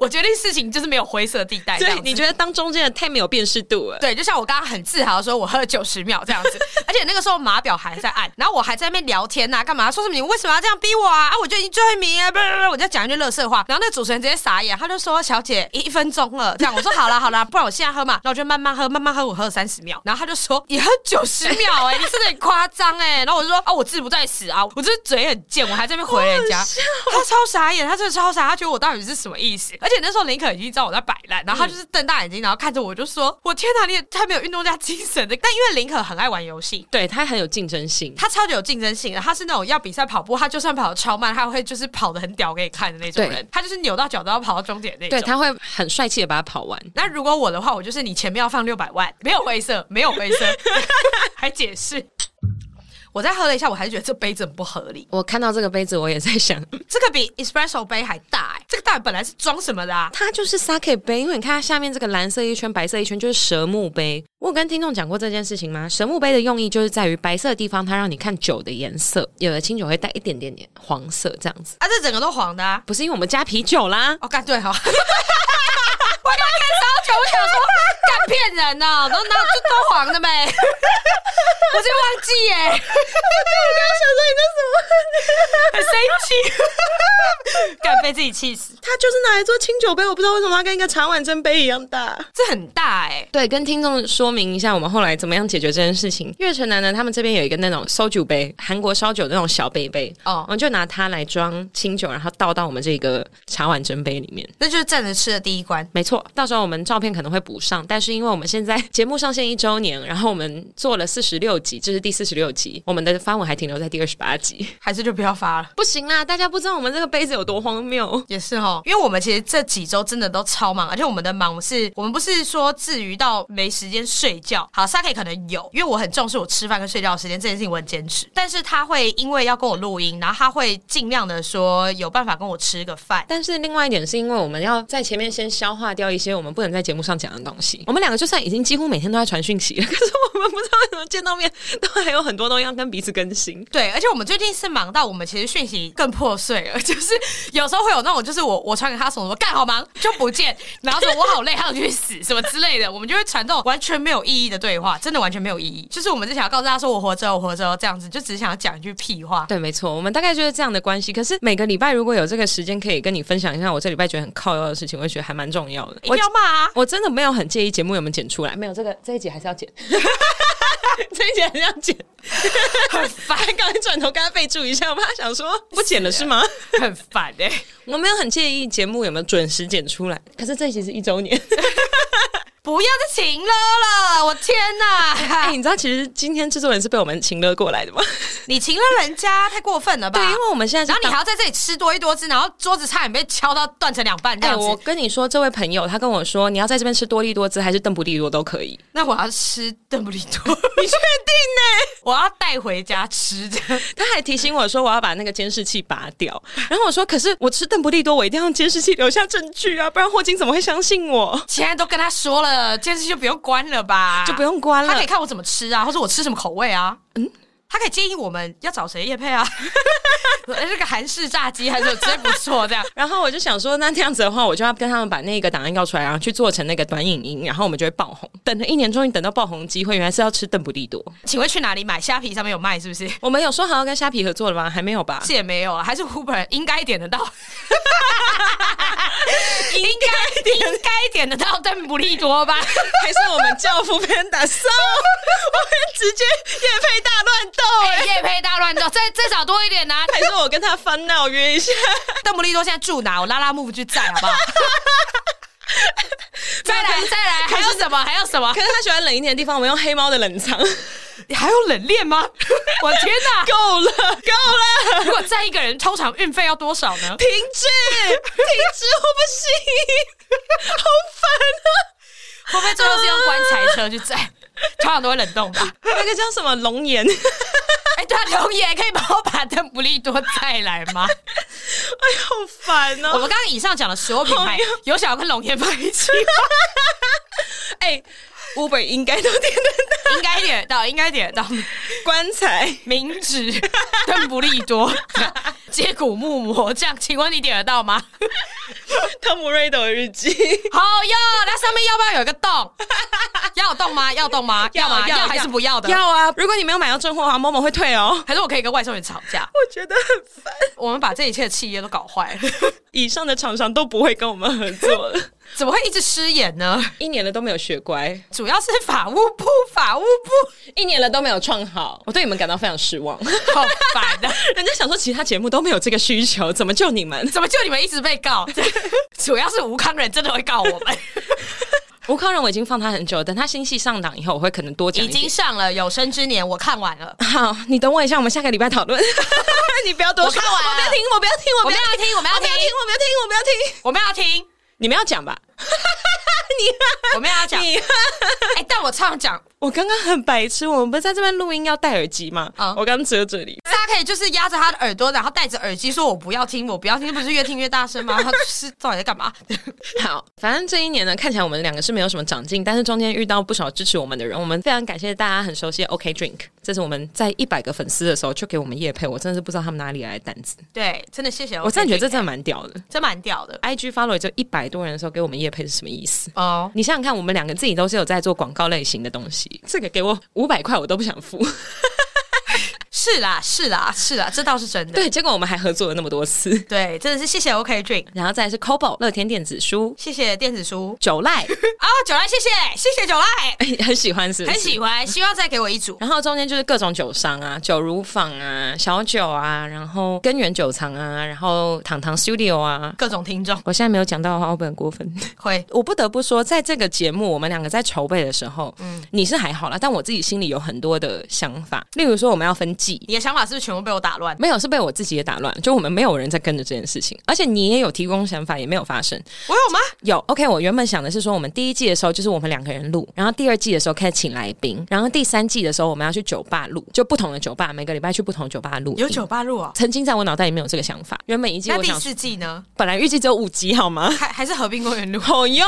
Speaker 2: 我决定事情就是没有灰色地带。这样
Speaker 1: 对，
Speaker 2: 子
Speaker 1: 你觉得当中间的太没有辨识度了。
Speaker 2: 对，就像我刚刚很自豪地说，我喝了九十秒这样子，而且那个时候码表还在按，然后我还在那边聊天呐、干嘛？说什么你为什么要这样逼我啊？啊，我就已经最后一名啊！不不不，我就讲一句乐色话，然后那个主持人直接傻眼，他就说：“小姐，一分钟了。”这样我说：“好啦好啦，不然我现在喝嘛。”然后我就慢慢喝，慢慢喝，我喝了三十秒，然后他就说：“你喝九十秒哎、你真的很夸张哎。”然后我就说：“啊，我字不在死啊，我这嘴很贱，我还在那边回人家。”
Speaker 1: 啊
Speaker 2: 他超傻眼，他真的超傻，他觉得我到底是什么意思？而且那时候林肯已经知道我在摆烂，
Speaker 1: 嗯
Speaker 2: 然后他就是瞪大眼睛，然后看着我就说：“我天哪，你也太没有运动家精神的。”但因为林肯很爱玩游戏。
Speaker 1: 对，他很有竞争性。
Speaker 2: 他超级有竞争性的，他是那种要比赛跑步，他就算跑得超慢，他会就是跑得很屌给你看的那种
Speaker 1: 对
Speaker 2: 人。他就是扭到脚都要跑到终点那种。
Speaker 1: 对，他会很帅气的把它跑完。
Speaker 2: 那如果我的话，我就是你前面要放六百万，没有灰色，没有灰色， 还解释。我再喝了一下，我还是觉得这杯子很不合理。
Speaker 1: 我看到这个杯子，我也在想， 嗯
Speaker 2: 这个比 espresso 杯还大、欸，这个到底本来是装什么的啊？
Speaker 1: 它就是 sake 杯，因为你看它下面这个蓝色一圈、白色一圈就是蛇木杯。我有跟听众讲过这件事情吗？蛇木杯的用意就是在于白色的地方，它让你看酒的颜色，有的清酒会带一点点点黄色这样子。
Speaker 2: 啊，这整个都黄的、啊。
Speaker 1: 不是因为我们加啤酒啦，
Speaker 2: 哦，干对 哈、哦。我刚刚看烧酒，我想说干骗人呢、哦，都那就都黄的呗。我就忘记耶、对，我刚刚想说你那什么，很生气，干被自己 气死。
Speaker 1: 它就是拿来做清酒杯，我不知道为什么它跟一个茶碗蒸杯一样大。
Speaker 2: 这很大哎、
Speaker 1: 对，跟听众说明一下，我们后来怎么样解决这件事情。月城南呢，他们这边有一个那种烧酒杯，韩国烧酒的那种小杯杯，
Speaker 2: 哦
Speaker 1: 哦，我们就拿它来装清酒，然后倒到我们这个茶碗蒸杯里面。
Speaker 2: 那就是站着吃的第一关。
Speaker 1: 没错，到时候我们照片可能会补上，但是因为我们现在节目上线一周年，然后我们做了四十六集，这是第四十六集，我们的发文还停留在第二十八集，
Speaker 2: 还是就不要发了。
Speaker 1: 不行啦，大家不知道我们这个杯子有多荒谬。
Speaker 2: 也是哦，因为我们其实这几周真的都超忙，而且我们的忙是，我们不是说至于到没时间睡觉。好，Saki 可能有，因为我很重视我吃饭跟睡觉的时间这件事情，我很坚持。但是他会因为要跟我录音，然后他会尽量的说有办法跟我吃个饭。
Speaker 1: 但是另外一点是因为我们要在前面先消化掉一些我们不能在节目上讲的东西。我们两个就算已经几乎每天都在传讯息了，可是我们不知道为什么见到面都还有很多东西要跟彼此更新。
Speaker 2: 对，而且我们最近是忙到我们其实讯息更破碎了， 就是有时候会有那种，就是我我传给他什么说干好忙就不见，然后说我好累，他想去死什么之类的，我们就会传这种完全没有意义的对话，真的完全没有意义。就是我们只想要告诉他说我活着哦，我活着哦这样子，就只是想要讲一句屁话。
Speaker 1: 对，没错，我们大概就是这样的关系。可是每个礼拜如果有这个时间可以跟你分享一下我这礼拜觉得很靠腰的事情，我会觉得还蛮重要的。
Speaker 2: 一
Speaker 1: 我
Speaker 2: 定要骂啊！
Speaker 1: 我真的没有很介意节目有没有剪出来，没有这个这一集还是要剪， 这一集还是要 剪，很烦。刚才转头跟他备注一下，我怕他想说不剪了是啊吗？
Speaker 2: 很烦哎、
Speaker 1: 我没有很介意节目有没有准时剪出来，可是这一集是一周年。
Speaker 2: 不要再情了了，我天哪！
Speaker 1: 哎、 你知道其实今天制作人是被我们请了过来的吗？
Speaker 2: 你情了人家太过分了吧？
Speaker 1: 对，因为我们现在是
Speaker 2: 然后你
Speaker 1: 当
Speaker 2: 还要在这里吃多一多汁，然后桌子差点被敲到断成两半这
Speaker 1: 哎、
Speaker 2: 样子。
Speaker 1: 我跟你说，这位朋友他跟我说，你要在这边吃多利多汁还是邓布利多都 可以。
Speaker 2: 那我要吃邓布利多， 你确定呢？我要带回家吃的。
Speaker 1: 他还提醒我说，我要把那个监视器拔掉。 然后我说，可是我吃邓布利多，我一定要用监视器留下证据啊，不然霍金怎么会相信我？
Speaker 2: 现在都跟他说了，电视就不用关了吧？
Speaker 1: 就不用关
Speaker 2: 他
Speaker 1: 了
Speaker 2: 可以。看我怎么吃啊，或者我吃什么口味啊。嗯。他可以建议我们要找谁叶配 啊？哎这个韩式炸鸡还是真不错，这样
Speaker 1: 然后我就想说，那这样子的话，我就要跟他们把那个档案要出来，然后去做成那个短影音，然后我们就会爆红。等了一年，终于等到爆红机会，原来是要吃邓布利多。
Speaker 2: 请问去哪里买？虾皮上面有卖是不是？
Speaker 1: 我们有说好要跟虾皮合作了吗？还没 有吧？
Speaker 2: 这也没有啊，还是 Uber 应该点得 到，应该应该点哦得到邓布利多 吧？
Speaker 1: 还是我们教父 Panda 送？我们直接夜配大乱斗。欸
Speaker 3: 斗哎、
Speaker 2: 哎，夜配大乱斗，再再找多一点啊呐、
Speaker 1: 还是我跟他翻闹约一下？
Speaker 3: 邓布利多现在住哪？我拉拉木去载好不好？
Speaker 2: 再来再来，还有什么？还有什么
Speaker 1: 可？是他喜欢冷一点的地方，我们用黑猫的冷藏，
Speaker 3: 你还有冷链 吗？
Speaker 2: 我天哪！
Speaker 1: 够了，够了，
Speaker 2: 如果载一个人，通常运费要多少呢？
Speaker 1: 停 止，停止，我不 行，好烦啊！
Speaker 2: 会不会最后是用棺材车去载？ 通常都会冷冻吧。
Speaker 1: 那个叫什么龙 岩，
Speaker 2: 哎、对啊，留言可以帮我把邓布利多载来吗？
Speaker 1: 哎，好烦
Speaker 2: 我
Speaker 1: 哦！
Speaker 2: 们刚刚以上讲的所有品牌
Speaker 1: 好，
Speaker 2: 有想要跟龙岩放一起，
Speaker 1: 哎，Uber 应该都点得到
Speaker 2: 应该点得到，应该点得到。
Speaker 1: 棺材。
Speaker 2: 明指 邓布利多， 接骨木魔这样，请问你点得到吗？
Speaker 1: 汤姆·瑞斗的日记，
Speaker 2: 好哟，那上面要不要有一个 洞？要有洞吗？要洞吗？
Speaker 1: 要啊
Speaker 2: 吗？
Speaker 1: 要
Speaker 2: 要还是不要的？
Speaker 1: 要啊！如果你没有买到正货的话，某某会退哦。
Speaker 2: 还是我可以跟外送员吵架？
Speaker 1: 我觉得很烦，
Speaker 2: 我们把这一切的企业都搞坏了，
Speaker 1: 以上的厂商都不会跟我们合作了，
Speaker 2: 怎么会一直失言呢？
Speaker 1: 一年了都没有学乖，
Speaker 2: 主要是法务部，法务 部
Speaker 1: 一年了都没有创好，我对你们感到非常失望。
Speaker 2: 好烦啊的、
Speaker 1: 人家想说其他节目都没有这个需求，怎么就你们？
Speaker 2: 怎么就你们一直被告？ 主要是吴康人真的会告我们，
Speaker 1: 吴康仁我已经放他很久了，等他新戏上档以后，我会可能多讲
Speaker 2: 已
Speaker 1: 一
Speaker 2: 经
Speaker 1: 点。
Speaker 2: 上了有生之年，我看完了，
Speaker 1: 好，你等我一下，我们下个礼拜讨论。 你不要多说，
Speaker 2: 我看完了
Speaker 1: 我不要听，我不要听，
Speaker 2: 我
Speaker 1: 我不
Speaker 2: 们
Speaker 1: 要
Speaker 2: 要听，我们要
Speaker 1: 我不
Speaker 2: 听
Speaker 1: 要，听，我不要听，我不要听。
Speaker 2: 我们要听，
Speaker 1: 你们要讲吧，
Speaker 2: 我们要 讲。
Speaker 1: 你
Speaker 2: 哎，但我唱讲，
Speaker 1: 我刚刚很白痴，我们不是在这边录音要戴耳机吗？
Speaker 2: 啊
Speaker 1: 我刚遮这里，
Speaker 2: 大家可以就是压着他的耳朵，然后戴着耳机说：“我不要听，我不要听。”这不是越听越大声吗？他就是到底在干嘛？
Speaker 1: 好，反正这一年呢，看起来我们两个是没有什么长进，但是中间遇到不少支持我们的人，我们非常感谢大家很熟悉的 OK Drink，这是我们在一百个粉丝的时候就给我们叶配，我真的是不知道他们哪里来的胆子，
Speaker 2: 对，真的谢哦谢。
Speaker 1: 我真的觉得这真的蛮屌的。
Speaker 2: 真蛮屌的
Speaker 1: IG follow 也就一百多人的时候给我们叶配是什么意思？
Speaker 2: 哦。
Speaker 1: 你想想看，我们两个自己都是有在做广告类型的东西，这个给我五百块我都不想付。
Speaker 2: 是啦，是啦，是啦，这倒是真的。
Speaker 1: 对，结果我们还合作了那么多次，
Speaker 2: 对，真的是谢谢 OK Drink，
Speaker 1: 然后再来是 Kobo 乐天电子书、
Speaker 2: 谢谢电子书
Speaker 1: 九赖，
Speaker 2: 啊，九赖，谢谢，谢谢九 赖，
Speaker 1: 很喜欢是不是
Speaker 2: 很喜欢，希望再给我一组。
Speaker 1: 然后中间就是各种酒商啊，酒如坊啊，小酒啊，然后根源酒藏啊，然后糖糖 Studio 啊。
Speaker 2: 各种听众
Speaker 1: 我现在没有讲到的话，我会很过分。
Speaker 2: 会
Speaker 1: 我不得不说，在这个节目，我们两个在筹备的时候，嗯，你是还好啦，但我自己心里有很多的想法。例如说，我们要分季，
Speaker 2: 你的想法是不是全部被我打乱？
Speaker 1: 没有是被我自己也打乱，就我们没有人在跟着这件事情，而且你也有提供想法，也没有发生。
Speaker 2: 我有吗？
Speaker 1: 有 OK，我原本想的是说，我们第一季的时候就是我们两个人录，然后第二季的时候开始请来宾，然后第三季的时候我们要去酒吧录，就不同的酒吧，每个礼拜去不同的酒吧录。
Speaker 2: 有酒吧录哦。
Speaker 1: 曾经在我脑袋里面有这个想法，原本一季
Speaker 2: 那
Speaker 1: 我
Speaker 2: 第
Speaker 1: 想
Speaker 2: 四季呢？
Speaker 1: 本来预计只有五集，好吗？，
Speaker 2: 还还是和平公园录
Speaker 1: 好用，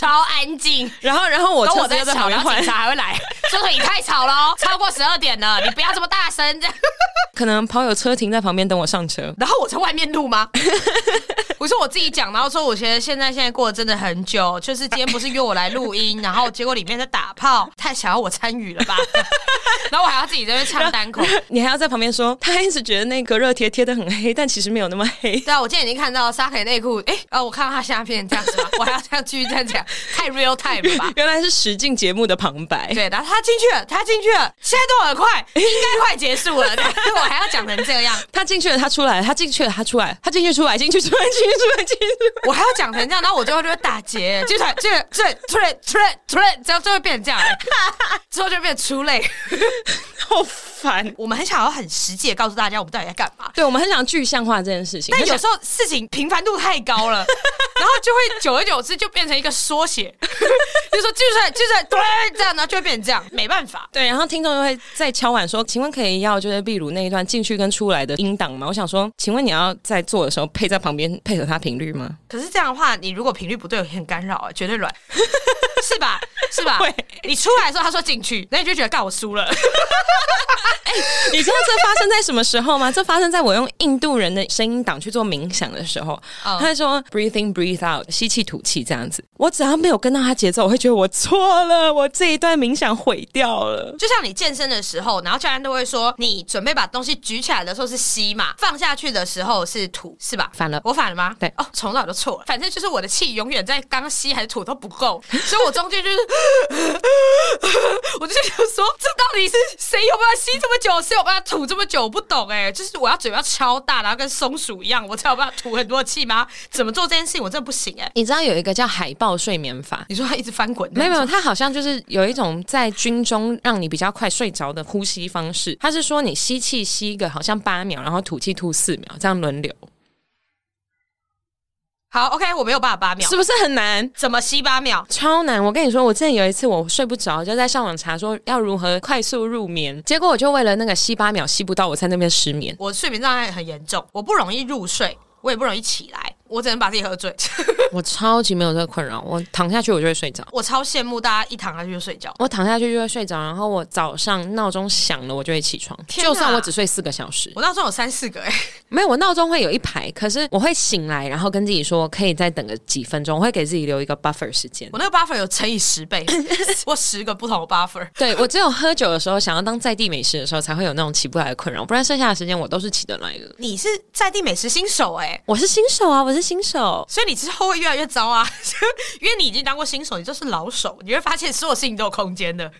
Speaker 2: 超安静。
Speaker 1: 然后然后我
Speaker 2: 等
Speaker 1: 车
Speaker 2: 我
Speaker 1: 子
Speaker 2: 在
Speaker 1: 又在
Speaker 2: 吵，
Speaker 1: 旁
Speaker 2: 然
Speaker 1: 边
Speaker 2: 后
Speaker 1: 换
Speaker 2: 警，察还会来，就说你太吵了哦，超过十二点了，你不要这么大声这样。
Speaker 1: 可能跑友车停在旁边等我上车。
Speaker 2: 然后我在外面录吗？我说我自己讲，然后说我觉得现在现在过得真的很久，就是今天不是约我来录音，然后结果里面在打炮，太想要我参与了吧？然后我还要自己在那边唱单口。
Speaker 1: 你还要在旁边说，他一直觉得那个热贴贴的很黑，但其实没有那么黑。
Speaker 2: 对啊，我今天已经看到沙可内裤，诶，啊，我看到他下片这样子吧，我还要这样继续这样讲，太 real time 了吧？
Speaker 1: 原来是实境节目的旁白。
Speaker 2: 对，然后他进去了，他进去了，现在都很快，应该快结束了，但 是我还要讲成这样，
Speaker 1: 他进去了，他出来了；他进去了，他出来了；他进去出来，进去出来，进去出来，进去出来。
Speaker 2: 我还要讲成这样，然后我最后就会打结，就突然就突然突然突然突然，这样就会变成这样，之后就变成出类。
Speaker 1: 好烦。
Speaker 2: 我们很想要很实际的告诉大家我们到底在干嘛，
Speaker 1: 对，我们很想具象化这件事情，
Speaker 2: 但
Speaker 1: 就
Speaker 2: 有
Speaker 1: 想
Speaker 2: 时候事情频繁度太高了， 然后就会久而久之就变成一个缩写， 就说就是就是对这样，然后就会变成这样，没办法。
Speaker 1: 对，然后听众就会再敲碗说：“请问可以要就是秘鲁那一段进去跟出来的音档吗？”我想说，请问你要在做的时候配在旁边配合它频率 吗？
Speaker 2: 可是这样的话，你如果频率不对，很干扰啊，绝对软， 是吧？是吧
Speaker 1: 会？
Speaker 2: 你出来的时候他说进去，那你就觉得干我输了。
Speaker 1: 你知道这发生在什么时候吗？这发生在我用印度人的声音档去做冥想的时候，
Speaker 2: 嗯
Speaker 1: 他说 “breathe in, breathe out”，吸气吐气这样子。我只要没有跟到他节奏，我会觉得我错了，我这一段冥想毁掉了。
Speaker 2: 就像你健身的时候，然后教练都会说，你准备把东西举起来的时候是吸嘛，放下去的时候是吐，是吧？
Speaker 1: 反了
Speaker 2: 我反了吗？
Speaker 1: 对
Speaker 2: 哦，从早就错了。反正就是我的气永远在刚吸还是吐都不 够， 所以我中间就是，我就想说，这到底是谁有办法吸这么久是有办法吐这么久，我不懂哎、就是我要嘴巴超大，然后跟松鼠一样，我才有办法吐很多气吗？怎么做这件事情我真的不行哎、
Speaker 1: 你知道有一个叫海豹睡眠法。
Speaker 2: 你说他一直翻滚，
Speaker 1: 没有没有，它好像就是有一种在军中让你比较快睡着的呼吸方式。它是说你吸气吸一个好像八秒，然后吐气吐四秒，这样轮流，
Speaker 2: 好 OK，我没有办法八秒
Speaker 1: 是，不是很难？
Speaker 2: 怎么吸八秒？
Speaker 1: 超难！我跟你说，我之前有一次我睡不着，就在上网查说要如何快速入眠，结果我就为了那个吸八秒吸不到，我在那边失眠。
Speaker 2: 我睡眠障碍很严重，我不容易入睡，我也不容易起来，我只能把自己喝醉。
Speaker 1: 我超级没有这个困扰，我躺下去我就会睡着。
Speaker 2: 我超羡慕大家一躺下去就睡觉。
Speaker 1: 我躺下去就会睡着，然后我早上闹钟响了，我就会起床。
Speaker 2: 天哪
Speaker 1: 就算我只睡四个小时，
Speaker 2: 我那时候有三四个哎、
Speaker 1: 没有我闹钟会有一排，可是我会醒来，然后跟自己说可以再等个几分钟，我会给自己留一个 buffer 时间
Speaker 2: 我。那个 buffer 有乘以十 倍，我十个不同的 buffer。
Speaker 1: 对我只有喝酒的时候，想要当在地美食的时候，才会有那种起不来的困扰，不然剩下的时间我都是起得来的。
Speaker 2: 你是在地美食新手哎、
Speaker 1: 我是新手啊，我是新手。
Speaker 2: 所以你之后会越来越糟啊， 因为你已经当过新手，你就是老手，你会发现所有事情都有空间的。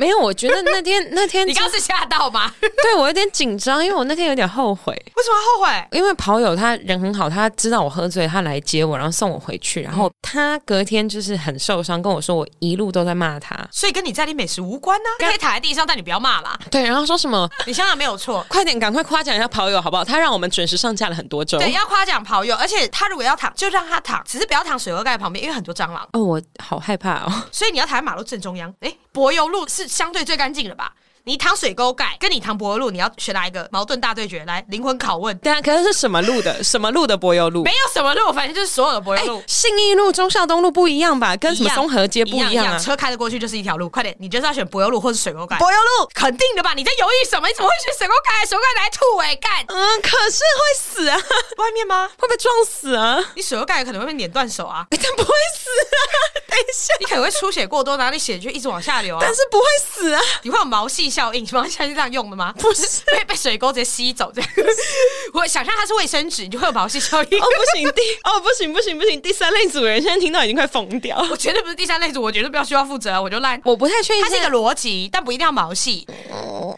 Speaker 1: 没有，我觉得那天 那天
Speaker 2: 你刚刚是吓到吗？
Speaker 1: 对我有点紧张，因为我那天有点后悔。
Speaker 2: 为什么要后悔？
Speaker 1: 因为跑友他人很好，他知道我喝醉，他来接我，然后送我回去。然后他隔天就是很受伤，跟我说我一路都在骂他，
Speaker 2: 所以跟你在地美食无关呢、啊你可以躺在地上，但你不要骂啦。
Speaker 1: 对，然后说什么，
Speaker 2: 你想想没有错
Speaker 1: 快点赶快夸奖一下跑友好不好？他让我们准时上架了很多周。
Speaker 2: 对，要夸奖跑友，而且他如果要躺，就让他躺，只是不要躺水沟盖旁边，因为很多蟑螂。
Speaker 1: 哦，我好害怕哦！
Speaker 2: 所以你要躺在马路正中央。诶，柏油路是相对最干净的吧？你躺水沟盖，跟你躺柏油路，你要选哪一个？矛盾大对决，来灵魂拷问。
Speaker 1: 对啊，可是是什么路的？什么路的柏油路
Speaker 2: 没？有什么路，反正就是所有的柏油路。
Speaker 1: 信义路、忠孝东路不哎一样吧？跟什么
Speaker 2: 一样
Speaker 1: 综合街不
Speaker 2: 一
Speaker 1: 样啊？
Speaker 2: 车开得过去就是一条路，快点，你就是要选柏油路或是水沟盖。柏油路肯定的吧？你在犹豫什么？你怎么会选水沟盖？水沟盖拿来吐哎、干
Speaker 1: 嗯，可是会死啊，会
Speaker 2: 外面吗？
Speaker 1: 被撞死啊！
Speaker 2: 你水沟盖可能会被碾断手啊，
Speaker 1: 哎但不会死 啊！等一下，
Speaker 2: 你可能会出血过多，然后你血就一直往下流啊
Speaker 1: 但。是不会死啊！
Speaker 2: 你会有毛细效应，毛细效应是这样用的吗？
Speaker 1: 不是，
Speaker 2: 被被水沟直接吸走这样。 我想象它是卫生纸，你就会有毛细效应。
Speaker 1: 哦，不行，第哦，不行，不行，不行，第三类组人现在听到已经快疯掉。
Speaker 2: 我绝对不是第三类组，我绝对不要需要负责啊，我就烂。
Speaker 1: 我不太确定
Speaker 2: 它是一个逻辑，但不一定要毛细，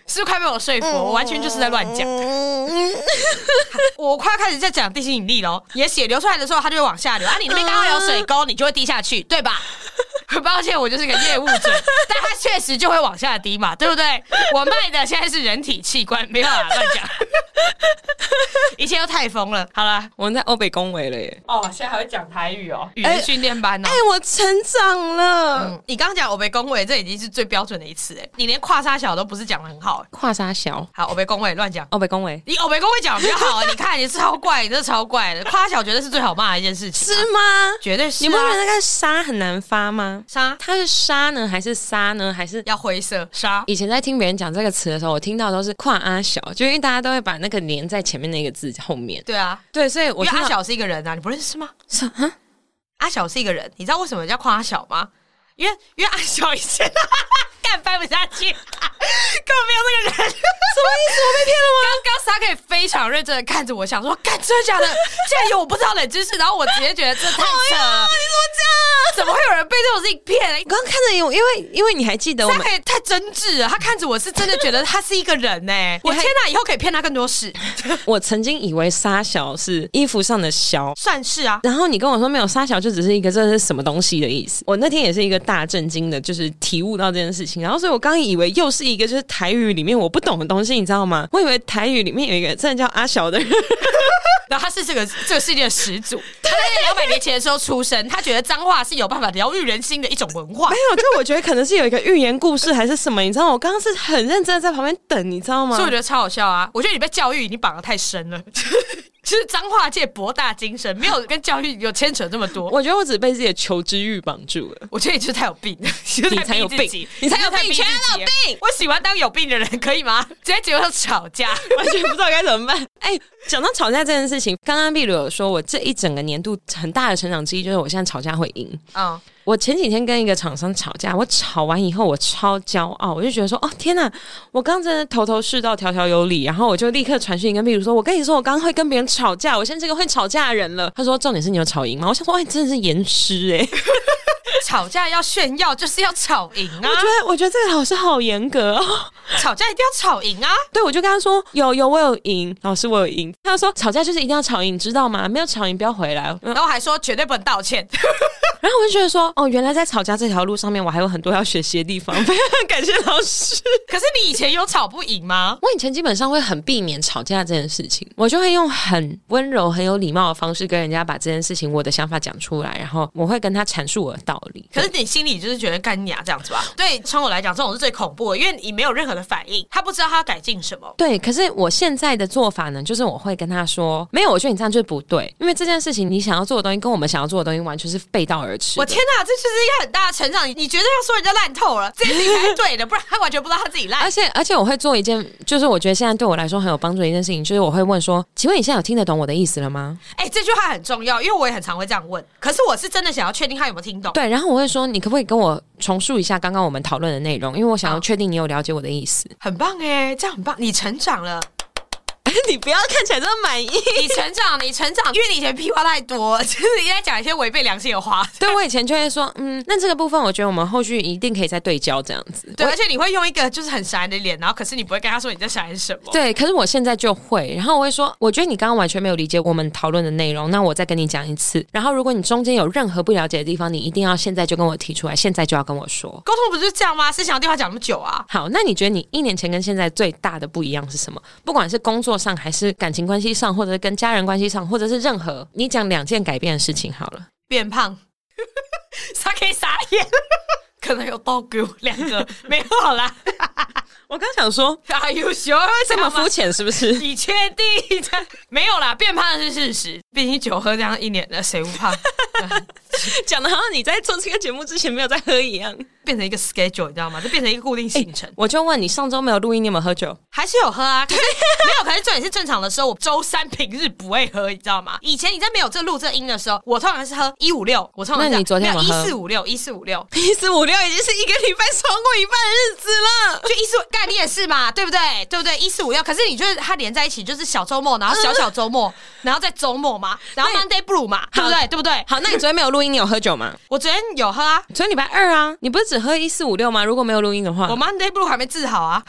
Speaker 2: 是不是快被我说服？我完全就是在乱讲。我快要开始在讲地心引力喽，你的血流出来的时候，它就会往下流。啊，你那边刚好有水沟，你就会滴下去，对吧？ 很抱歉，我就是个业务者，但它确实就会往下滴嘛，对不对？我卖的现在是人体器官，没办法乱讲，一切都太疯了。好了，
Speaker 1: 我们在欧北恭维了耶！
Speaker 2: 哦，现在还会讲台语哦，语言训练班哦。
Speaker 1: 哎，我成长了。
Speaker 2: 嗯，你刚刚讲我被恭维，这已经是最标准的一次哎，你连跨沙小都不是讲的很好哎。
Speaker 1: 跨沙小，
Speaker 2: 好，我被恭维乱讲，
Speaker 1: 欧北恭维
Speaker 2: 你我被恭维讲得比较好，啊你看你超怪，你这超怪的，跨小绝对是最好骂的一件事情啊，
Speaker 1: 是吗？
Speaker 2: 绝对是、
Speaker 1: 你
Speaker 2: 啊。
Speaker 1: 不觉得那个沙很难发吗？
Speaker 2: 沙
Speaker 1: 它是沙呢，还是沙呢，还是？
Speaker 2: 要灰色沙？
Speaker 1: 以前在听别人讲这个词的时候，我听到都是跨阿小，就因为大家都会把那个连在前面那个字后面。
Speaker 2: 对啊，
Speaker 1: 对，所以
Speaker 2: 因
Speaker 1: 我
Speaker 2: 为
Speaker 1: 听
Speaker 2: 阿
Speaker 1: 到
Speaker 2: 小是一个人啊，你不认识吗？
Speaker 1: 是啊，
Speaker 2: 阿小是一个人，你知道为什么叫跨阿小吗？因为因为阿小以前 干掰不下去，根本没有这个人。
Speaker 1: 什么意思？我被骗了吗？
Speaker 2: 刚刚沙可以非常认真的看着我，想说：“干，真的假的？竟然有我不知道冷知识！”然后我直接觉得这太扯
Speaker 1: 哦
Speaker 2: 了，
Speaker 1: 你
Speaker 2: 怎么会有人被这种事情骗？
Speaker 1: 怎么这样？我刚看着有，因为因为你还记得我
Speaker 2: 他
Speaker 1: 们
Speaker 2: 可以太真挚了，他看着我是真的觉得他是一个人呢、我天哪，以后可以骗他更多事，
Speaker 1: 我曾经以为沙小是衣服上的小，
Speaker 2: 算是啊。
Speaker 1: 然后你跟我说没有沙小，就只是一个这是什么东西的意思。我那天也是一个大震惊的，就是体悟到这件事情。然后所以我刚以为又是一个就是台语里面我不懂的东西，你知道吗？我以为台语里面有一个真的叫阿小的 人，哎
Speaker 2: 然后他是这个这个世界的始 祖，他在两百年前的时候出生，他觉得脏话是有办法疗愈人心的一种文化
Speaker 1: 没。有，就我觉得可能是有一个寓言故事还是什么，你知道吗？我刚刚是很认真的在旁边等，你知道吗
Speaker 2: 所以？我觉得超好笑啊！我觉得你被教育已经绑得太深了， 就是脏话界博大精深，没有跟教育有牵扯这么多。
Speaker 1: 我觉得我只被自己的求知欲绑住 了。
Speaker 2: 我觉得你就是太有病，你
Speaker 1: 你才有病你才有病全
Speaker 2: 全
Speaker 1: 有病。
Speaker 2: 我喜欢当有病的人，可以吗？直接结婚吵架，
Speaker 1: 完全不知道该怎么办。哎、讲到吵架这件事情，刚刚壁炉有说，我这一整个年度很大的成长之一就是我现在吵架会赢。
Speaker 2: 嗯，
Speaker 1: 我前几天跟一个厂商吵架，我吵完以后我超骄傲，我就觉得说，哦天呐，我刚真的头头是道，条条有理。然后我就立刻传讯跟壁炉说，我跟你说，我刚刚会跟别人吵欸 架，我现在这个会吵架的人了。他说，重点是你有吵赢吗？我想说，哎，真的是严师哎、
Speaker 2: 吵架要炫耀，就是要吵赢啊
Speaker 1: 我！觉得，我觉得这个老师好严格哦。
Speaker 2: 吵架一定要吵赢啊！
Speaker 1: 对，我就跟他说有有，我有赢，老师我有赢。他说吵架就是一定要吵赢，知道吗？没有吵赢不要回来。嗯
Speaker 2: 然后还说绝对不能道歉，
Speaker 1: 然后我就觉得说，哦，原来在吵架这条路上面，我还有很多要学习的地方。 非常感谢老师。
Speaker 2: 可是你以前有吵不赢吗？
Speaker 1: 我以前基本上会很避免吵架这件事情，我就会用很温柔、很有礼貌的方式跟人家把这件事情我的想法讲出来，然后我会跟他阐述我的道理。
Speaker 2: 可是你心里就是觉得干你啊这样子吧？对窗口来讲，这种是最恐怖的，因为你没有任何的反应，他不知道他要改进什么。
Speaker 1: 对，可是我现在的做法呢，就是我会跟他说，没有，我觉得你这样就是不对，因为这件事情你想要做的东西跟我们想要做的东西完全是背道而驰的。
Speaker 2: 我天哪，这就是一个很大的成长。你绝对要说人家烂透了， 这件事情才是对的，不然他完全不知道他自己烂
Speaker 1: 而。且而且我会做一件，就是我觉得现在对我来说很有帮助的一件事情，就是我会问说，请问你现在有听得懂我的意思了吗？
Speaker 2: 哎、这句话很重要，因为我也很常会这样问。可是我是真的想要确定他有没有听懂。
Speaker 1: 对，然后我会说，你可不可以跟我重述一下刚刚我们讨论的内容？因为我想要确定你有了解我的意思。
Speaker 2: 很棒哎、这样很棒，你成长 了，
Speaker 1: 你不要看起来这么满意。
Speaker 2: 你成长，你成长，因为你以前屁话太多， 就是你在讲一些违背良心的话。
Speaker 1: 对我以前就会说，嗯，那这个部分我觉得我们后续一定可以再对焦这样子。
Speaker 2: 对，而且你会用一个就是很傻眼的脸，然后可是你不会跟他说你在傻眼什么。
Speaker 1: 对，可是我现在就会，然后我会说，我觉得你刚刚完全没有理解我们讨论的内容，那我再跟你讲一次。然后如果你中间有任何不了解的地方，你一定要现在就跟我提出来，现在就要跟我说。
Speaker 2: 沟通不是这样吗？思想电话讲那么久啊？
Speaker 1: 好，那你觉得你一年前跟现在最大的不一样是什么？不管是工作上，还是感情关系上，或者是跟家人关系上，或者是任何你讲两件改变的事情好了。
Speaker 2: 变胖，他可以 傻眼， 可能有倒给我两个，没有好啦。
Speaker 1: 我刚想说
Speaker 2: Are you sure？
Speaker 1: 这么肤
Speaker 2: 浅？
Speaker 1: 浅是不是？
Speaker 2: 你确定？没有啦，变胖是事实，毕竟酒喝这样一年了，谁不 胖？
Speaker 1: 讲的好像你在做这个节目之前没有在喝一样。
Speaker 2: 变成一个 schedule，你知道吗？就变成一个固定行程。
Speaker 1: 我就问你，上周没有录音，你有没有喝 酒？
Speaker 2: 哎还是有喝啊，可是没有，可是重点是正常的时候，我周三平日不会喝，你知道吗？以前你在没有这录这音的时候，我通常是喝一五六，我通常
Speaker 1: 那你昨天有
Speaker 2: 一
Speaker 1: 喝
Speaker 2: 四五六一四五六，
Speaker 1: 一四五六已经是一个礼拜超过一半的日子了。
Speaker 2: 就一四干你也是嘛，对不对？对不对？一四五六，可是你就是它连在一起，就是小周末，然后小小周 末，然后再周末嘛，然后 Monday Blue 嘛，对不对？对不对？
Speaker 1: 好，那你昨天没有录音，你有喝酒吗？
Speaker 2: 我昨天有喝啊，
Speaker 1: 昨天礼拜二啊，你不是只喝一四五六吗？如果没有录音的话
Speaker 2: 我，Monday Blue 还没治好啊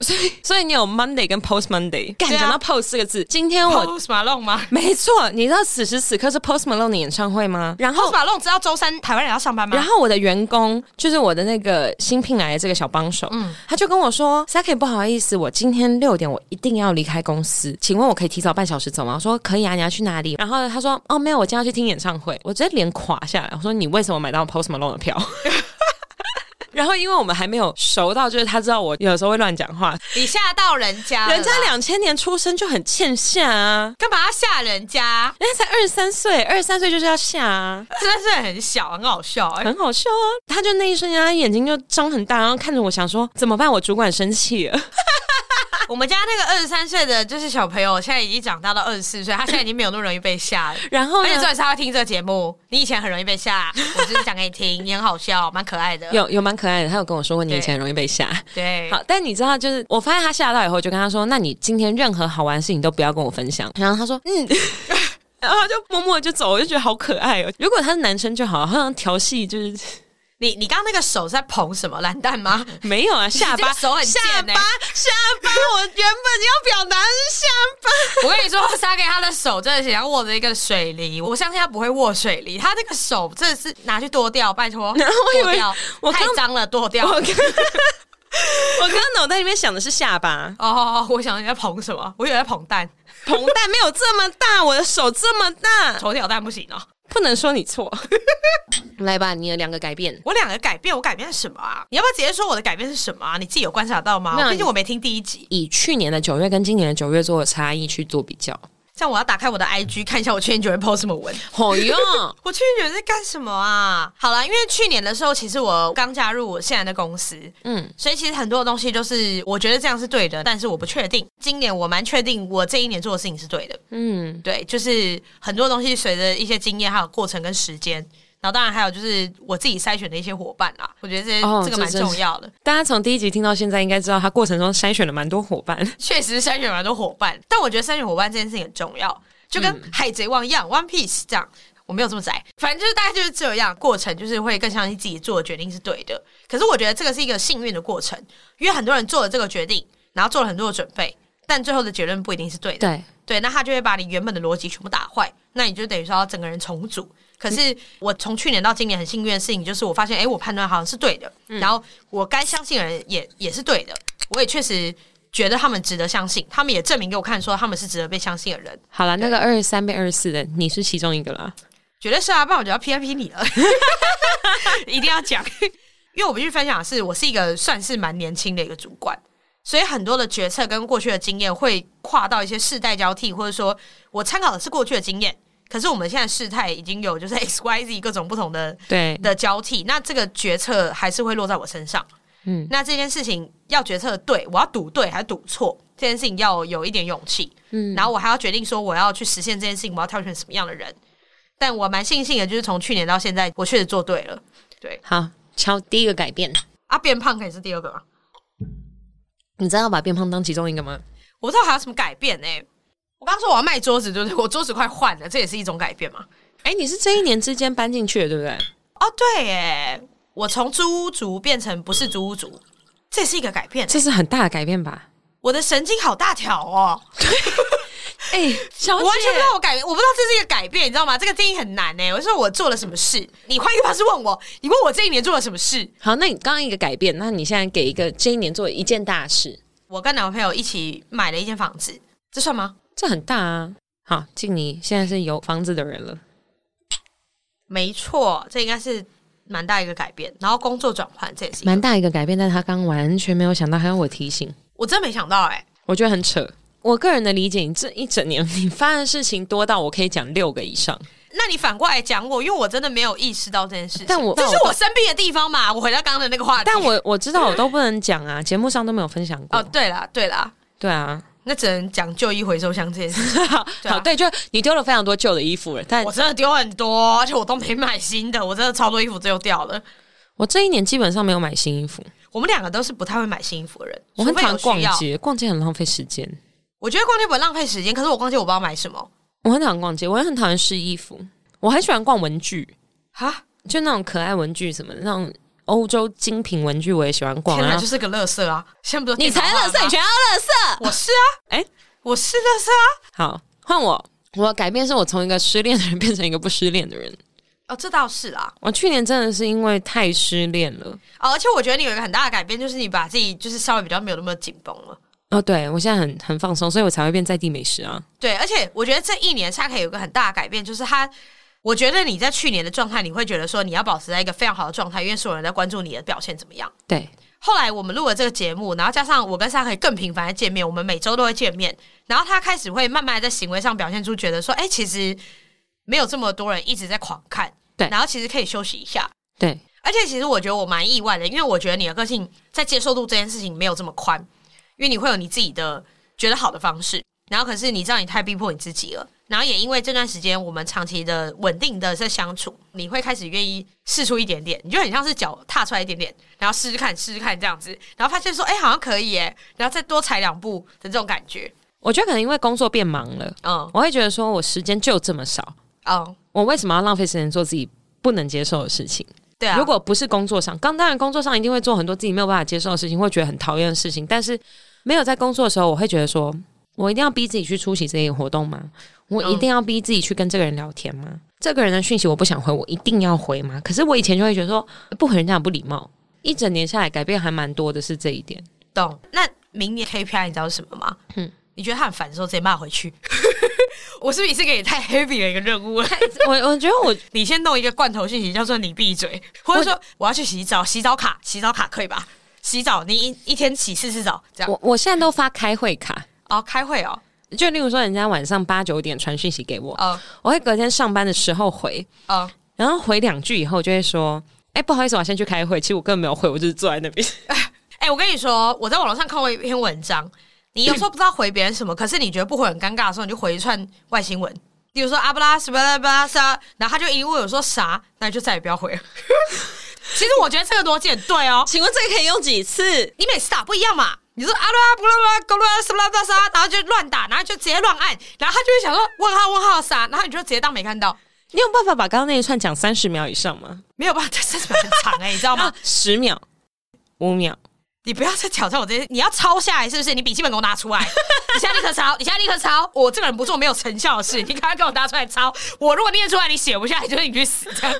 Speaker 1: 所以所以你有 Monday 跟 Post Monday。干
Speaker 2: 对啊
Speaker 1: 讲、到 Post 这个字，今天我
Speaker 2: ，Post Malone 吗
Speaker 1: 没错，你知道此时此刻是 Post Malone 的演唱会吗？然后
Speaker 2: ？Post Malone 知道周三台湾人要上班吗
Speaker 1: 然？后我的员工就是我的那个新聘来的这个小帮手，他就跟我说：“Saki，不好意思，我今天六点我一定要离开公司，请问我可以提早半小时走吗？”我说：“可以啊，你要去哪里？”然后他说：“哦，没有，我今天要去听演唱会。”我直接脸垮下来，我说：“你为什么买到 Post Malone 的票？” 然后，因为我们还没有熟到，就是他知道我有时候会乱讲话，
Speaker 2: 你吓到人家了啦，
Speaker 1: 人家两千年出生就很欠下啊，
Speaker 2: 干嘛要吓人家？
Speaker 1: 人家才二十三岁，二十三岁就是要下啊。
Speaker 2: 真的是很小，很好笑哎、
Speaker 1: 很好笑啊！他就那一瞬间，他眼睛就张很大，然后看着我，想说怎么办？我主管生气了。
Speaker 2: 我们家那个二十三岁的，就是小朋友，现在已经长大到二十四岁，他现在已经没有那么容易被吓了。
Speaker 1: 然后
Speaker 2: 而且重
Speaker 1: 呢，
Speaker 2: 点是他会听这个节目，你以前很容易被吓，我就是讲给你听，你很好笑，蛮可爱的。
Speaker 1: 有有蛮可爱的，他有跟我说过你
Speaker 2: 对
Speaker 1: 以前很容易被吓。
Speaker 2: 对，
Speaker 1: 好，但你知道，就是我发现他吓到以后，我就跟他说：“那你今天任何好玩的事情都不要跟我分享。”然后他说：“嗯。” 然后他就默默地就走，我就觉得好可爱哦。如果他是男生就好，好像调戏就是
Speaker 2: 你你刚刚那个手是在捧什么懒蛋吗？
Speaker 1: 没有啊，下巴
Speaker 2: 你这个手很
Speaker 1: 下
Speaker 2: 贱
Speaker 1: 巴
Speaker 2: 欸
Speaker 1: 下巴，我原本要表达的是下巴。
Speaker 2: 我跟你说，沙给他的手真的是像握着一个水梨，我相信他不会握水梨，他那个手真的是拿去剁掉，拜托，
Speaker 1: 然后我以为
Speaker 2: 剁掉
Speaker 1: 我刚
Speaker 2: 太脏了，剁掉
Speaker 1: 我。刚 我刚刚脑袋里面想的是下巴，
Speaker 2: 哦，我想你在捧什么？我以为在捧蛋，
Speaker 1: 膨蛋没有这么大，我的手这么大，
Speaker 2: 头条蛋不行哦。
Speaker 1: 不能说你错。 来吧，你的两个改变。
Speaker 2: 我两个改变，我改变什么啊？你要不要直接说我的改变是什么啊？你自己有观察到
Speaker 1: 没有
Speaker 2: 吗？毕竟我没听第一集，
Speaker 1: 以去年的九月跟今年的九月做的差异去做比较。
Speaker 2: 像我要打开我的 IG 看一下我去年九月 po 什么文。
Speaker 1: 好用，
Speaker 2: 我去年九月在干什么啊？好啦，因为去年的时候，其实我刚加入我现在的公司，
Speaker 1: 嗯，
Speaker 2: 所以其实很多的东西就是我觉得这样是对的，但是我不确定。今年我蛮确定我这一年做的事情是对的，
Speaker 1: 嗯，
Speaker 2: 对，就是很多东西随着一些经验还有过程跟时间。然后当然还有就是我自己筛选的一些伙伴啦，我觉得这、
Speaker 1: 哦
Speaker 2: 这个
Speaker 1: 这
Speaker 2: 蛮
Speaker 1: 真是
Speaker 2: 重要的。
Speaker 1: 大家从第一集听到现在，应该知道他过程中筛选了蛮多伙伴。
Speaker 2: 确实筛选蛮多伙伴，但我觉得筛选伙伴这件事情很重要，就跟海贼王一样，One Piece》这样。我没有这么宅，反正就是大概就是这样，过程就是会更相信自己做的决定是对的。可是我觉得这个是一个幸运的过程，因为很多人做了这个决定，然后做了很多的准备，但最后的结论不一定是对的。
Speaker 1: 对，
Speaker 2: 对，那他就会把你原本的逻辑全部打坏，那你就等于说要整个人重组。可是我从去年到今年很幸运的事情，就是我发现，哎、我判断好像是对的，然后我该相信的人也也是对的，我也确实觉得他们值得相信，他们也证明给我看说他们是值得被相信的人，
Speaker 1: 好了，那个二十三变二十四的，你是其中一个啦。
Speaker 2: 绝对是啊，不然我就要 P I P 你了，一定要讲，因为我必须分享的是，我是一个算是蛮年轻的一个主管，所以很多的决策跟过去的经验会跨到一些世代交替，或者说我参考的是过去的经验，可是我们现在世态已经有就是 X Y Z 各种不同的
Speaker 1: 对，
Speaker 2: 的交替，那这个决策还是会落在我身上。嗯
Speaker 1: 嗯，
Speaker 2: 那这件事情要决策对，我要赌对还是赌错，这件事情要有一点勇气。嗯，然后我还要决定说我要去实现这件事情，我要挑选什么样的人。但我蛮庆幸的，就是从去年到现在，我确实做对了。对
Speaker 1: 好，敲第一个改变，
Speaker 2: 啊，变胖可以是第二个吗？
Speaker 1: 你知道把变胖当其中一个吗？
Speaker 2: 我不知道还有什么改变呢、欸我刚说我要卖桌子，对不对？我桌子快换了，这也是一种改变嘛。
Speaker 1: 哎、你是这一年之间搬进去的，对不对？
Speaker 2: 哦，对，哎，我从租屋族变成不是租屋族，这也是一个改变。欸
Speaker 1: 这是很大的改变吧？
Speaker 2: 我的神经好大条哦。
Speaker 1: 哎、小
Speaker 2: 我完全不知道我改，我不知道这是一个改变，你知道吗？这个定义很难呢、欸我说我做了什么事，你换一个方式问我，你问我这一年做了什么事？
Speaker 1: 好，那你刚刚一个改变，那你现在给一个这一年做一件大事，
Speaker 2: 我跟男朋友一起买了一间房子，这算吗？
Speaker 1: 这很大啊。好，静妮现在是有房子的人了。
Speaker 2: 没错，这应该是蛮大一个改变。然后工作转换，这也是一个
Speaker 1: 蛮大一个改变，但他刚完全没有想到还要我提醒，
Speaker 2: 我真没想到哎、
Speaker 1: 我觉得很扯。我个人的理解，你这一整年你发生的事情多到我可以讲六个以上，
Speaker 2: 那你反过来讲我，因为我真的没有意识到这件事情。
Speaker 1: 但我
Speaker 2: 这是
Speaker 1: 但我
Speaker 2: 我生病的地方嘛。我回到刚刚的那个话题。
Speaker 1: 但我我知道我都不能讲啊，节目上都没有分享过。
Speaker 2: 哦，对啦，对啦，
Speaker 1: 对啊，
Speaker 2: 那只能讲旧衣回收箱这件事情。对啊
Speaker 1: 好，对，就你丢了非常多旧的衣服了，但
Speaker 2: 我真的丢很多，而且我都没买新的，我真的超多衣服最后掉了。
Speaker 1: 我这一年基本上没有买新衣服，
Speaker 2: 我们两个都是不太会买新衣服的人，
Speaker 1: 我很
Speaker 2: 除非
Speaker 1: 讨
Speaker 2: 有
Speaker 1: 厌逛
Speaker 2: 需要。
Speaker 1: 街，逛街很浪费时间，
Speaker 2: 我觉得逛街不会浪费时间，可是我逛街我不知道买什么
Speaker 1: 我很讨厌逛街，我也很讨厌试衣服，我很喜欢逛文具，
Speaker 2: 哈，
Speaker 1: 就那种可爱文具什么的，那种欧洲精品文具我也喜欢逛。
Speaker 2: 天哪，
Speaker 1: 然
Speaker 2: 就
Speaker 1: 后
Speaker 2: 是个乐色啊！现在不都
Speaker 1: 你才乐色，
Speaker 2: 电脑化了
Speaker 1: 你
Speaker 2: 吗
Speaker 1: 全要乐色。
Speaker 2: 我是啊，
Speaker 1: 哎
Speaker 2: 我是乐色啊！
Speaker 1: 好，换我。我的改变是我从一个失恋的人 变成一个不失恋的人。
Speaker 2: 哦，这倒是啦。
Speaker 1: 我去年真的是因为太失恋了。
Speaker 2: 哦，而且我觉得你有一个很大的改变，就是你把自己就是稍微比较没有那么紧绷了。
Speaker 1: 哦，对我现在很很放松，所以我才会变在地美食啊。
Speaker 2: 对，而且我觉得这一年沙凯有一个很大的改变，就是他，我觉得你在去年的状态，你会觉得说你要保持在一个非常好的状态，因为所有人在关注你的表现怎么样。
Speaker 1: 对，
Speaker 2: 后来我们录了这个节目，然后加上我跟沙可以更频繁的见面，我们每周都会见面。然后他开始会慢慢地在行为上表现出觉得说，哎、其实没有这么多人一直在狂看，
Speaker 1: 对
Speaker 2: 然后其实可以休息一下。
Speaker 1: 对，
Speaker 2: 而且其实我觉得我蛮意外的，因为我觉得你的个性在接受度这件事情没有这么宽，因为你会有你自己的觉得好的方式。然后可是你知道你太逼迫你自己了，然后也因为这段时间我们长期的稳定的在相处，你会开始愿意试出一点点，你就很像是脚踏出来一点点，然后试试看试试看这样子，然后发现说哎、好像可以耶，然后再多踩两步的这种感觉，
Speaker 1: 我觉得可能因为工作变忙了，
Speaker 2: 嗯
Speaker 1: 我会觉得说我时间就这么少，
Speaker 2: 嗯，
Speaker 1: 我为什么要浪费时间做自己不能接受的事情？
Speaker 2: 对啊，
Speaker 1: 如果不是工作上，刚当然工作上一定会做很多自己没有办法接受的事情，会觉得很讨厌的事情。但是没有在工作的时候，我会觉得说，我一定要逼自己去出席这个活动吗？我一定要逼自己去跟这个人聊天吗？这个人的讯息我不想回，我一定要回吗？可是我以前就会觉得说，不回人家很不礼貌。一整年下来，改变还蛮多的，是这一 点。
Speaker 2: 懂。那明年 KPI 你知道是什么吗？嗯，你觉得他很烦的时候直接骂回去。 我是不是也是给你太 heavy 的一个任务 了？
Speaker 1: 我我觉得我
Speaker 2: 你先弄一个罐头信息，叫做你闭嘴，或者说我要去洗澡，洗澡卡，洗澡卡可以吧？洗澡，你一一天洗四次澡，这样
Speaker 1: 我我现在都发开会卡，
Speaker 2: 哦。开会哦，
Speaker 1: 就例如说人家晚上八九点传讯息给我，
Speaker 2: 哦
Speaker 1: 我会隔天上班的时候回，
Speaker 2: 哦，
Speaker 1: 然后回两句以后就会说：“哎、不好意思，我先去开会。”其实我根本没有会，我就是坐在那边。
Speaker 2: 哎、我跟你说，我在网络上看过一篇文章，你有时候不知道回别人什么，可是你觉得不回很尴尬的时候，你就回一串外星文，比如说阿布拉什么拉布拉啥，然后他就一定问我说啥，那你就再也不要回了。 其实我觉得这个逻辑很对哦，
Speaker 1: 请问这个可以用几次？
Speaker 2: 你每次打不一样嘛。你说阿拉布拉布拉布拉什么拉啊啥，然后就乱打，然后就直接乱按，然后他就会想说问号问号啥，然后你就直接当没看到。
Speaker 1: 你有办法把刚刚那一串讲三十秒以上吗？
Speaker 4: 没有办法，这真是很长哎、你知道吗
Speaker 1: 啊？，十秒、五秒，
Speaker 4: 你不要再挑战我这些，
Speaker 2: 你要抄下来是不是？你笔记本给我拿出来！你现在立刻抄，你现在立刻抄！我这个人不做没有成效的事，你赶快给我拿出来抄！我如果念出来你写不下来，就是你去死！这样，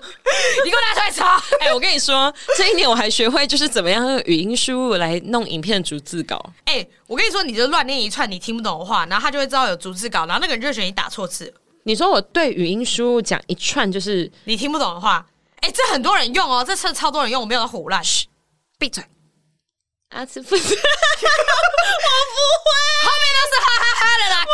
Speaker 2: 你给我拿出来抄！
Speaker 1: 哎、我跟你 说，这一年我还学会就是怎么样用语音输入来弄影片的逐字稿。
Speaker 2: 哎、我跟你说，你就乱念一串你听不懂的话，然后他就会知道有逐字稿，然后那个人就会觉得你打错字了，
Speaker 1: 你说我对语音输入讲一串就是
Speaker 2: 你听不懂的话。哎、这很多人用哦，这超超多人用，我没有在胡乱。嘘，
Speaker 1: 闭嘴。啊，这 不是
Speaker 2: 后面都是哈哈哈的啦，干！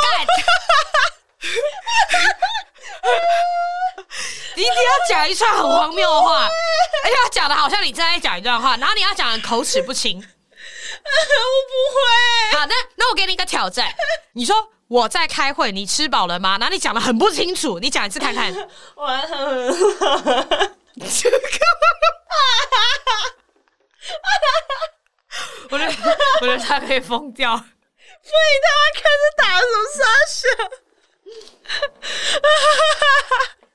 Speaker 2: 你一定要讲一串很荒谬的话，而且要讲的好像你正在讲一段话，然后你要讲的口齿不清。
Speaker 1: 我
Speaker 2: 好，那那我给你一个挑战，你说我在开会，你吃饱了吗？然后你讲的很不清楚，你讲一次看看。
Speaker 1: 不会，我
Speaker 2: 我觉得，我觉得他可以疯掉。
Speaker 1: 所以他妈看这打什么傻笑？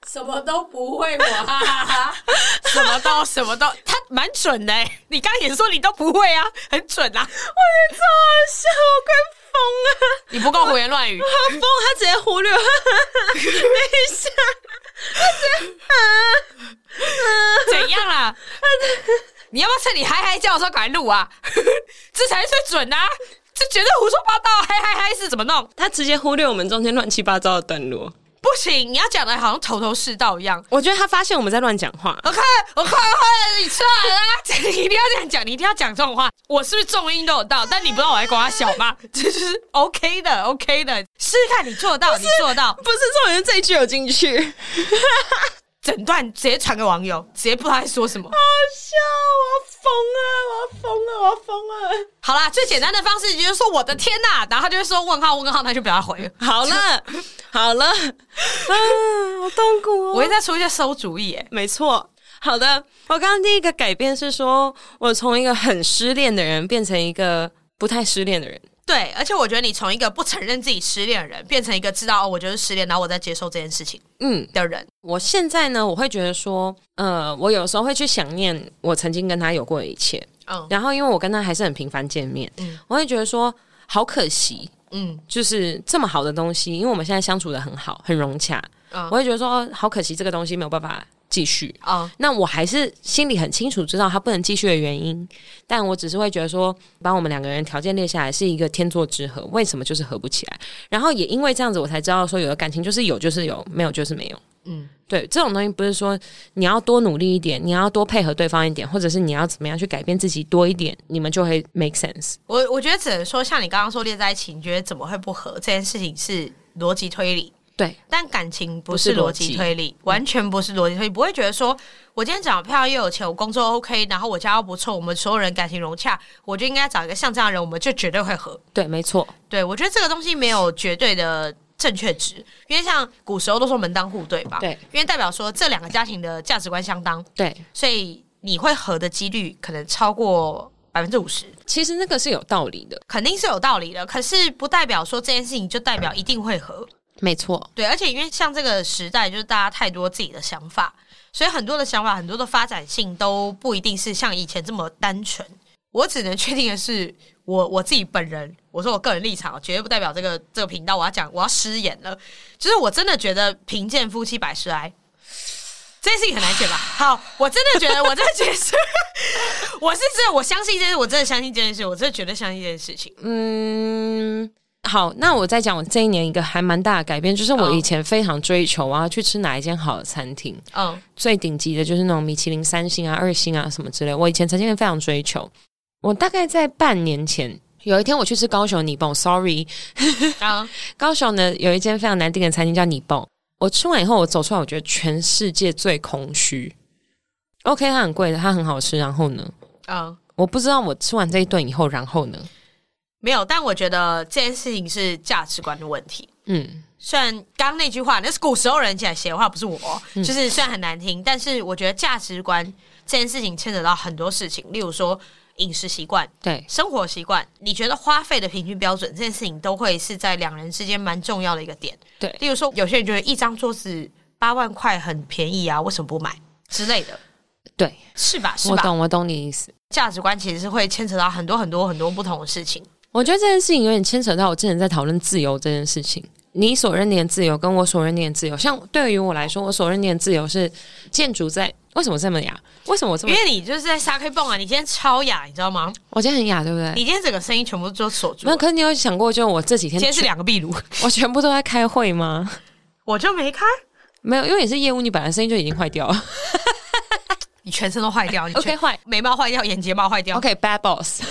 Speaker 2: 什么都不会，我哈哈哈， 什么都什么都，他蛮准的、欸。你刚也说你都不会啊，很准啊。
Speaker 1: 我觉得超好笑，我快疯了。
Speaker 2: 你不够胡言乱语，
Speaker 1: 他疯，他直接忽略， 等一下，
Speaker 2: 怎样啦？你要不要趁你嗨嗨叫的时候赶快录啊？ 这才是最准的、啊，这绝对胡说八道，嗨嗨嗨是怎么弄？
Speaker 1: 他直接忽略我们中间乱七八糟的段落。
Speaker 2: 不行，你要讲的好像头头是道一样。
Speaker 1: 我觉得他发现我们在乱讲话，
Speaker 2: 我看，我看，看你出来啦！啊 你一定要这样讲，你一定要讲这种话。我是不是重音都有到？但你不知道我在刮小嘛？ 这就是 OK 的，OK 的，试试看你做得到，你做得到，
Speaker 1: 不是重点，这一句有进去，好
Speaker 2: 整段直接传给网友，直接不知道在说什么。
Speaker 1: 笑，我要疯了，我要疯了，我要疯了。
Speaker 2: 好啦，最简单的方式就是说我的天呐、然后他就会说问号问号，那就不要回了。
Speaker 1: 好了，好了， 啊，好痛苦哦。
Speaker 2: 我会再出一些馊主意、欸，
Speaker 1: 没错。好的，我刚刚第一个改变是说，我从一个很失恋的人变成一个不太失恋的人。
Speaker 2: 对，而且我觉得你从一个不承认自己失恋的人，变成一个知道哦，我就是失恋，然后我在接受这件事情
Speaker 1: 嗯，
Speaker 2: 的人。
Speaker 1: 我现在呢，我会觉得说，呃，我有时候会去想念我曾经跟他有过的一切，
Speaker 2: 嗯
Speaker 1: 然后因为我跟他还是很频繁见面，我会觉得说，好可惜，
Speaker 2: 嗯，
Speaker 1: 就是这么好的东西，因为我们现在相处的很好，很融洽，
Speaker 2: 嗯
Speaker 1: 我会觉得说，哦好可惜，这个东西没有办法继续。
Speaker 2: 哦，
Speaker 1: 那我还是心里很清楚知道他不能继续的原因，但我只是会觉得说，把我们两个人条件列下来是一个天作之合，为什么就是合不起来？然后也因为这样子，我才知道说，有的感情就是有就是有，没有就是没有。
Speaker 2: 嗯
Speaker 1: 嗯，对，这种东西不是说你要多努力一点，你要多配合对方一点，或者是你要怎么样去改变自己多一点，你们就会 make sense。
Speaker 2: 我我觉得只能说，像你刚刚说列在一起，你觉得怎么会不合这件事情是逻辑推理，
Speaker 1: 对，
Speaker 2: 但感情不
Speaker 1: 不
Speaker 2: 是
Speaker 1: 是
Speaker 2: 逻
Speaker 1: 逻
Speaker 2: 辑
Speaker 1: 辑
Speaker 2: 推理，完全不是逻辑推理，不会觉得说我今天长得漂亮又有钱，我工作 OK，然后我家又不错，我们所有人感情融洽，我就应该找一个像这样的人，我们就绝对会合。
Speaker 1: 对，没错，
Speaker 2: 对，我觉得这个东西没有绝对的正确值，因为像古时候都说门当户对吧？
Speaker 1: 对，
Speaker 2: 因为代表说这两个家庭的价值观相当，
Speaker 1: 对。
Speaker 2: 所以你会合的几率可能超过百分之五十，
Speaker 1: 其实那个是有道理的，
Speaker 2: 肯定是有道理的。可是不代表说这件事情就代表一定会合，
Speaker 1: 没错，
Speaker 2: 对。而且因为像这个时代，就是大家太多自己的想法，所以很多的想法、很多的发展性都不一定是像以前这么单纯。我只能确定的是，我我自己本人，我说我个人立场，绝对不代表这个这个频道。我要讲，我要失言了，就是我真的觉得贫贱夫妻百事哀，这件事情很难解吧？好，我真的觉得，我真的觉得是， 我是真的，我相信这件事，我真的相信这件事，我真的绝对相信这件事情。
Speaker 1: 嗯。好，那我再讲我这一年一个还蛮大的改变，就是我
Speaker 2: 嗯
Speaker 1: 以前非常追求我要去吃哪一间好的餐厅，
Speaker 2: 嗯
Speaker 1: 最顶级的就是那种米其林三星啊、二星啊什么之类。我以前曾经非常追求，我大概在半年前有一天我去吃高雄泥蹦，sorry，
Speaker 2: 啊，
Speaker 1: 高雄呢有一间非常难订的餐厅叫泥蹦，我吃完以后我走出来，我觉得全世界最空虚。OK，它很贵的，它很好吃，然后呢，
Speaker 2: 嗯，
Speaker 1: 我不知道我吃完这一顿以后，然后呢，
Speaker 2: 没有，但我觉得这件事情是价值观的问题。
Speaker 1: 嗯，
Speaker 2: 虽然刚刚那句话那是古时候人讲写的话，不是我，
Speaker 1: 嗯
Speaker 2: 就是虽然很难听，但是我觉得价值观这件事情牵扯到很多事情，例如说饮食习惯、
Speaker 1: 对，
Speaker 2: 生活习惯，你觉得花费的平均标准这件事情，都会是在两人之间蛮重要的一个点。
Speaker 1: 对
Speaker 2: 例如说有些人觉得一张桌子八万块很便宜啊，为什么不买之类的？
Speaker 1: 对，
Speaker 2: 是吧？是
Speaker 1: 我
Speaker 2: 吧？
Speaker 1: 懂，我懂你意思。
Speaker 2: 价值观其实是会牵扯到很多很多很多不同的事情。
Speaker 1: 我觉得这件事情有点牵扯到我之前在讨论自由这件事情。你所认定的自由跟我所认定的自由，像对于我来说，我所认定的自由是建筑在为什么这么雅？为什么我这
Speaker 2: 因
Speaker 1: 么？
Speaker 2: 为你就是在沙 K 蹦啊，你今天超哑，你知道吗？
Speaker 1: 我今天很雅，对不 对？
Speaker 2: 你今天整个声音全部都锁住
Speaker 1: 没有，
Speaker 2: 了。
Speaker 1: 可是你有想过，就我这几天
Speaker 2: 今天是两个壁炉，
Speaker 1: 我全部都在开会 吗？
Speaker 2: 我就没开，
Speaker 1: 没有，因为你是业务，你本来声音就已经坏掉了。
Speaker 2: 你全身都坏掉，你全
Speaker 1: OK，坏。
Speaker 2: 眉毛坏掉，眼睫毛坏掉。
Speaker 1: OK，bad、boss。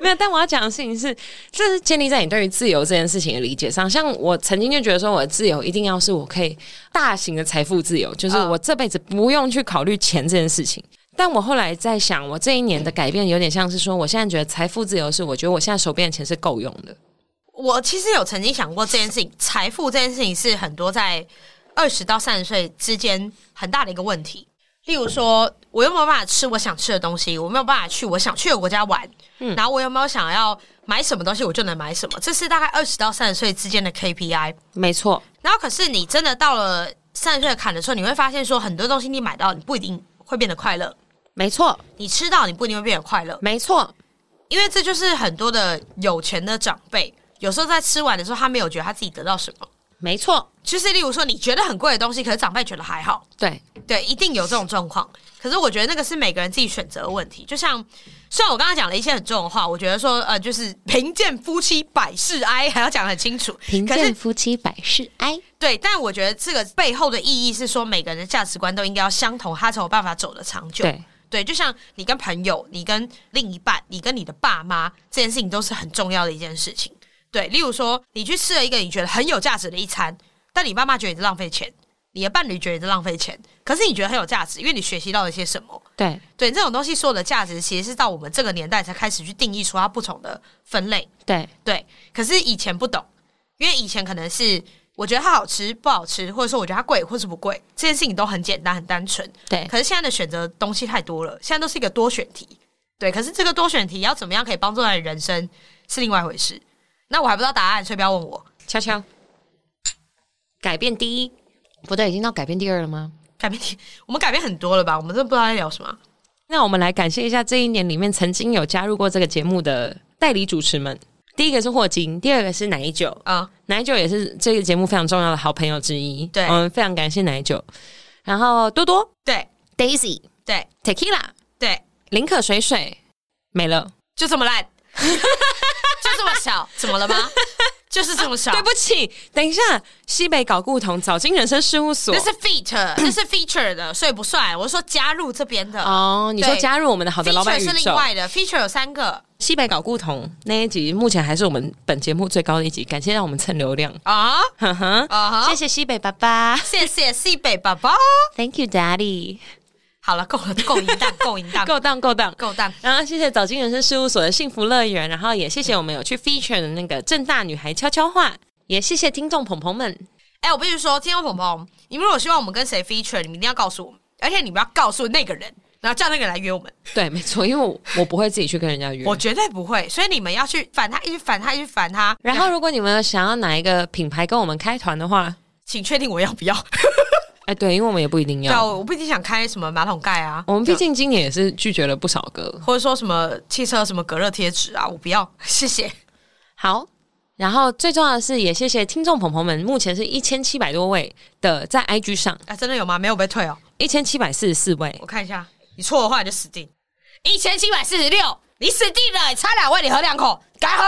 Speaker 1: 没有，但我要讲的事情是，这是建立在你对于自由这件事情的理解上。像我曾经就觉得说，我的自由一定要是我可以大型的财富自由，就是
Speaker 2: 嗯
Speaker 1: 我这辈子不用去考虑钱这件事情。但我后来在想，我这一年的改变有点像是说，我现在觉得财富自由是，我觉得我现在手边的钱是够用的。
Speaker 2: 我其实有曾经想过这件事情，财富这件事情是很多在二十到三十岁之间很大的一个问题。例如说，我有没有办法吃我想吃的东西？我没有办法去我想去的国家玩。然后我有没有想要买什么东西，我就能买什么？这是大概二十到三十岁之间的 KPI。
Speaker 1: 没错，
Speaker 2: 然后，可是你真的到了三十岁的坎的时候，你会发现说，很多东西你买到，你不一定会变得快乐；
Speaker 1: 没错，
Speaker 2: 你吃到，你不一定会变得快乐。
Speaker 1: 没错，
Speaker 2: 因为这就是很多的有钱的长辈，有时候在吃完的时候，他没有觉得他自己得到什么。
Speaker 1: 没错，
Speaker 2: 就是例如说，你觉得很贵的东西，可是长辈觉得还好，
Speaker 1: 对，
Speaker 2: 对，一定有这种状况。可是我觉得那个是每个人自己选择的问题。就像虽然我刚刚讲了一些很重的话，我觉得说呃，就是贫贱夫妻百事哀，还要讲得很清楚。
Speaker 1: 贫
Speaker 2: 可是
Speaker 1: 贱夫妻百事哀。
Speaker 2: 对，但我觉得这个背后的意义是说，每个人的价值观都应该要相同，他才有办法走得长久。
Speaker 1: 对，
Speaker 2: 对，就像你跟朋友、你跟另一半、你跟你的爸妈这件事情都是很重要的一件事情。对，例如说，你去吃了一个你觉得很有价值的一餐，但你爸妈觉得你在浪费钱，你的伴侣觉得你在浪费钱，可是你觉得很有价值，因为你学习到了一些什么。
Speaker 1: 对，
Speaker 2: 对，这种东西所有的价值其实是到我们这个年代才开始去定义出它不同的分类。
Speaker 1: 对，
Speaker 2: 对，可是以前不懂，因为以前可能是我觉得它好吃不好吃，或者说我觉得它贵或是不贵，这件事情都很简单很单纯。
Speaker 1: 对，
Speaker 2: 可是现在的选择东西太多了，现在都是一个多选题。对，可是这个多选题要怎么样可以帮助到你的人生是另外一回事。那我还不知道答案，所以不要问我。
Speaker 1: 悄悄，改变第一，不对，已经到改变第二了吗？
Speaker 2: 改变题，我们改变很多了吧？我们都不知道在聊什么。
Speaker 1: 那我们来感谢一下这一年里面曾经有加入过这个节目的代理主持们。第一个是霍金，第二个是奶酒，
Speaker 2: 啊、
Speaker 1: 奶酒也是这个节目非常重要的好朋友之一。
Speaker 2: 对
Speaker 1: 我们非常感谢奶酒，然后多多、
Speaker 2: 对
Speaker 1: Daisy、
Speaker 2: 对
Speaker 1: Tequila、
Speaker 2: 对，
Speaker 1: 林可水水没了，
Speaker 2: 就这么 烂，就这么小，怎么了吗？就是这么小
Speaker 1: 对。不起，等一下，西北搞故同早金人生事务所
Speaker 2: 那。是 feature，那是 feature 的，所以不算。我是说加入这边的、
Speaker 1: 哦，你说
Speaker 2: 对
Speaker 1: 加入我们的好
Speaker 2: f
Speaker 1: 的
Speaker 2: e a
Speaker 1: 老
Speaker 2: t u r
Speaker 1: 板
Speaker 2: e
Speaker 1: 宇
Speaker 2: 是
Speaker 1: 宙
Speaker 2: 另，外的，feature 有三个
Speaker 1: 西北搞故同那一集目前还是我们本节目最高的一集，感谢让我们蹭流量。
Speaker 2: 啊
Speaker 1: 哼哼，
Speaker 2: 啊
Speaker 1: 谢！谢西北爸爸
Speaker 2: 谢谢西北宝宝。
Speaker 1: ，Thank you Daddy，
Speaker 2: 好了，够了，够淫荡，够淫荡，
Speaker 1: 够当够当。
Speaker 2: 够荡。
Speaker 1: 然后谢谢早金人生事务所的幸福乐园，然后也谢谢我们有去 feature 的那个正大女孩悄悄话，也谢谢听众朋朋们。
Speaker 2: 哎、我必须说，听众朋友，你们如果希望我们跟谁 feature，你们一定要告诉我们，而且你们要告诉那个人，然后叫那个人来约我们。
Speaker 1: 对，没错，因为我我不会自己去跟人家约。
Speaker 2: 我绝对不会，所以你们要去烦他，一直烦他，一直烦他。
Speaker 1: 然后如果你们有想要哪一个品牌跟我们开团的话，
Speaker 2: 请确定我要不要？
Speaker 1: 哎， 对，因哦为我们也不一定
Speaker 2: 对啊，
Speaker 1: 要。
Speaker 2: 我不一定想开什么马桶盖啊，
Speaker 1: 我们毕竟今年也是拒绝了不少个。
Speaker 2: 或者说什么汽车什么隔热贴纸啊，我不要，谢谢。
Speaker 1: 好，然后最重要的是，也谢谢听众朋朋们，目前是一千七百多位的在 IG 上，
Speaker 2: 啊，真的有吗？没有被退哦，
Speaker 1: 一千七百四十四位。
Speaker 2: 我看一下，你错的话你就死定，一千七百四十六，你死定了，你差两位你喝两口，该喝。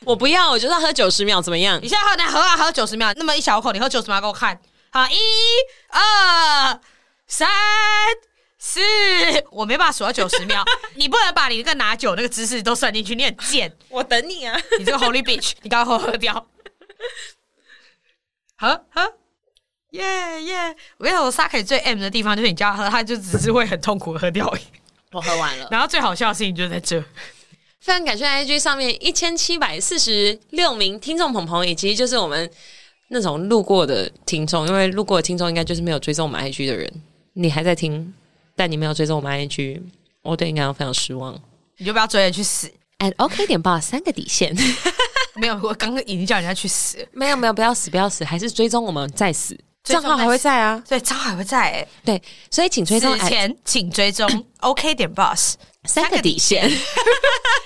Speaker 1: 我不要，我就是要喝九十秒，怎么样
Speaker 2: 你？现在喝呢？喝啊，喝九十秒，那么一小口，你喝九十秒给我看。好，一、二、三、四，我没办法数到九十秒，你不能把你那个拿酒那个姿势都算进去，你很贱，
Speaker 1: 我等你啊！
Speaker 2: 你这个 Holy Bitch，你刚刚喝喝掉，喝喝。耶耶！我跟你说，我沙可以最 M 的地方就是你叫他喝，他就只是会很痛苦地喝掉而已。
Speaker 1: 我喝完了。
Speaker 2: 然后最好笑的事情就在这，
Speaker 1: 非常感谢 IG 上面一千七百四十六名听众朋朋，以及就是我们那种路过的听众，因为路过的听众应该就是没有追踪我们 IG 的人。你还在听，但你没有追踪我们 IG，我对你感到非常失望。
Speaker 2: 你就不要追着去死。
Speaker 1: at OK 点 b 三个底线，
Speaker 2: 没有，我刚刚已经叫人家去死，
Speaker 1: 没有没有，不要死不要死，还是追踪我们再死，
Speaker 2: 追
Speaker 1: 账
Speaker 2: 踪
Speaker 1: 号还会在啊。
Speaker 2: 所以张海会在、欸。
Speaker 1: 对，所以请追踪哎
Speaker 2: 死前请追踪 OK 点 Boss，
Speaker 1: 三个底线。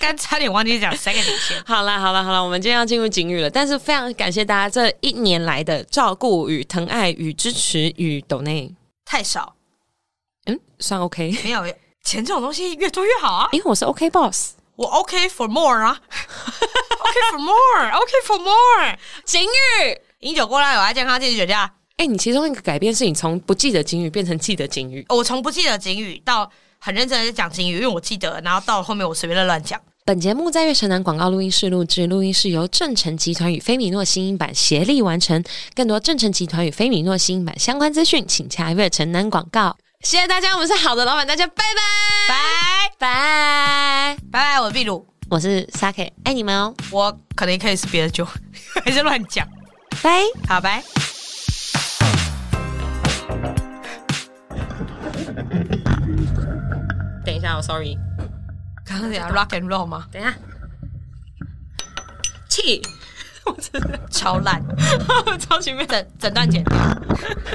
Speaker 2: 刚差点忘记讲三个底 线。
Speaker 1: 好啦，好啦，好啦，我们今天要进入警语了，但是非常感谢大家这一年来的照顾与疼爱与支持与抖内，
Speaker 2: 太少，
Speaker 1: 嗯，算 OK，
Speaker 2: 没有钱这种东西越多越好啊！
Speaker 1: 因为我是 OK boss。
Speaker 2: 我 OK for more 啊，OK for more，OK for more。
Speaker 1: 警语，
Speaker 2: 饮酒过量有害健康，禁止酒驾。
Speaker 1: 哎、你其中一个改变是你从不记得警语变成记得警语。
Speaker 2: 我从不记得警语到很认真的讲警语，因为我记得，然后到后面我随便乱乱讲。
Speaker 1: 本节目在月城南广告录音室录制，录音室由正成集团与菲米诺新音版协力完成。更多正成集团与菲米诺新音版相关资讯，请洽月城南广告。谢谢大家，我们是好的老板，大家拜拜
Speaker 2: 拜
Speaker 1: 拜。
Speaker 2: 拜拜，我是秘鲁，
Speaker 1: 我是 Sake，爱你们哦，
Speaker 2: 我可能可以是别的酒， 还是乱讲。
Speaker 1: 拜。
Speaker 2: 好，拜。
Speaker 1: 等一下，我 sorry，
Speaker 2: 刚刚讲 rock and roll 吗？
Speaker 1: 等一下，气， 我真的
Speaker 2: 超烂，
Speaker 1: 超级没有。
Speaker 2: 整整段剪掉，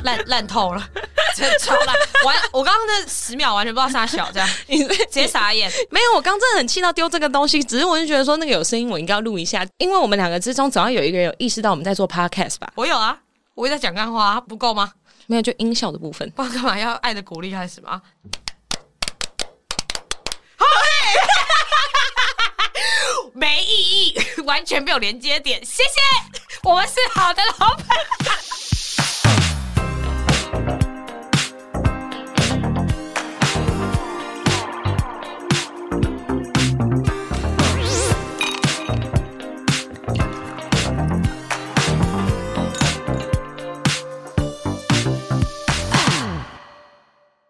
Speaker 2: 烂烂透了， 真的超烂。完，我刚刚那十秒完全不知道啥小，这样直
Speaker 1: 你是
Speaker 2: 接傻眼。
Speaker 1: 没有，我刚真的很气到丢这个东西，只是我就觉得说那个有声音，我应该要录一下，因为我们两个之中总要有一个人有意识到我们在做 podcast 吧？
Speaker 2: 我有啊，我在讲干话、啊，不够吗？
Speaker 1: 没有，就音效的部分。
Speaker 2: 不知道干嘛要爱的鼓励还是什么啊？ 好嘞，没意义，完全没有连接点。谢谢，我们是好的老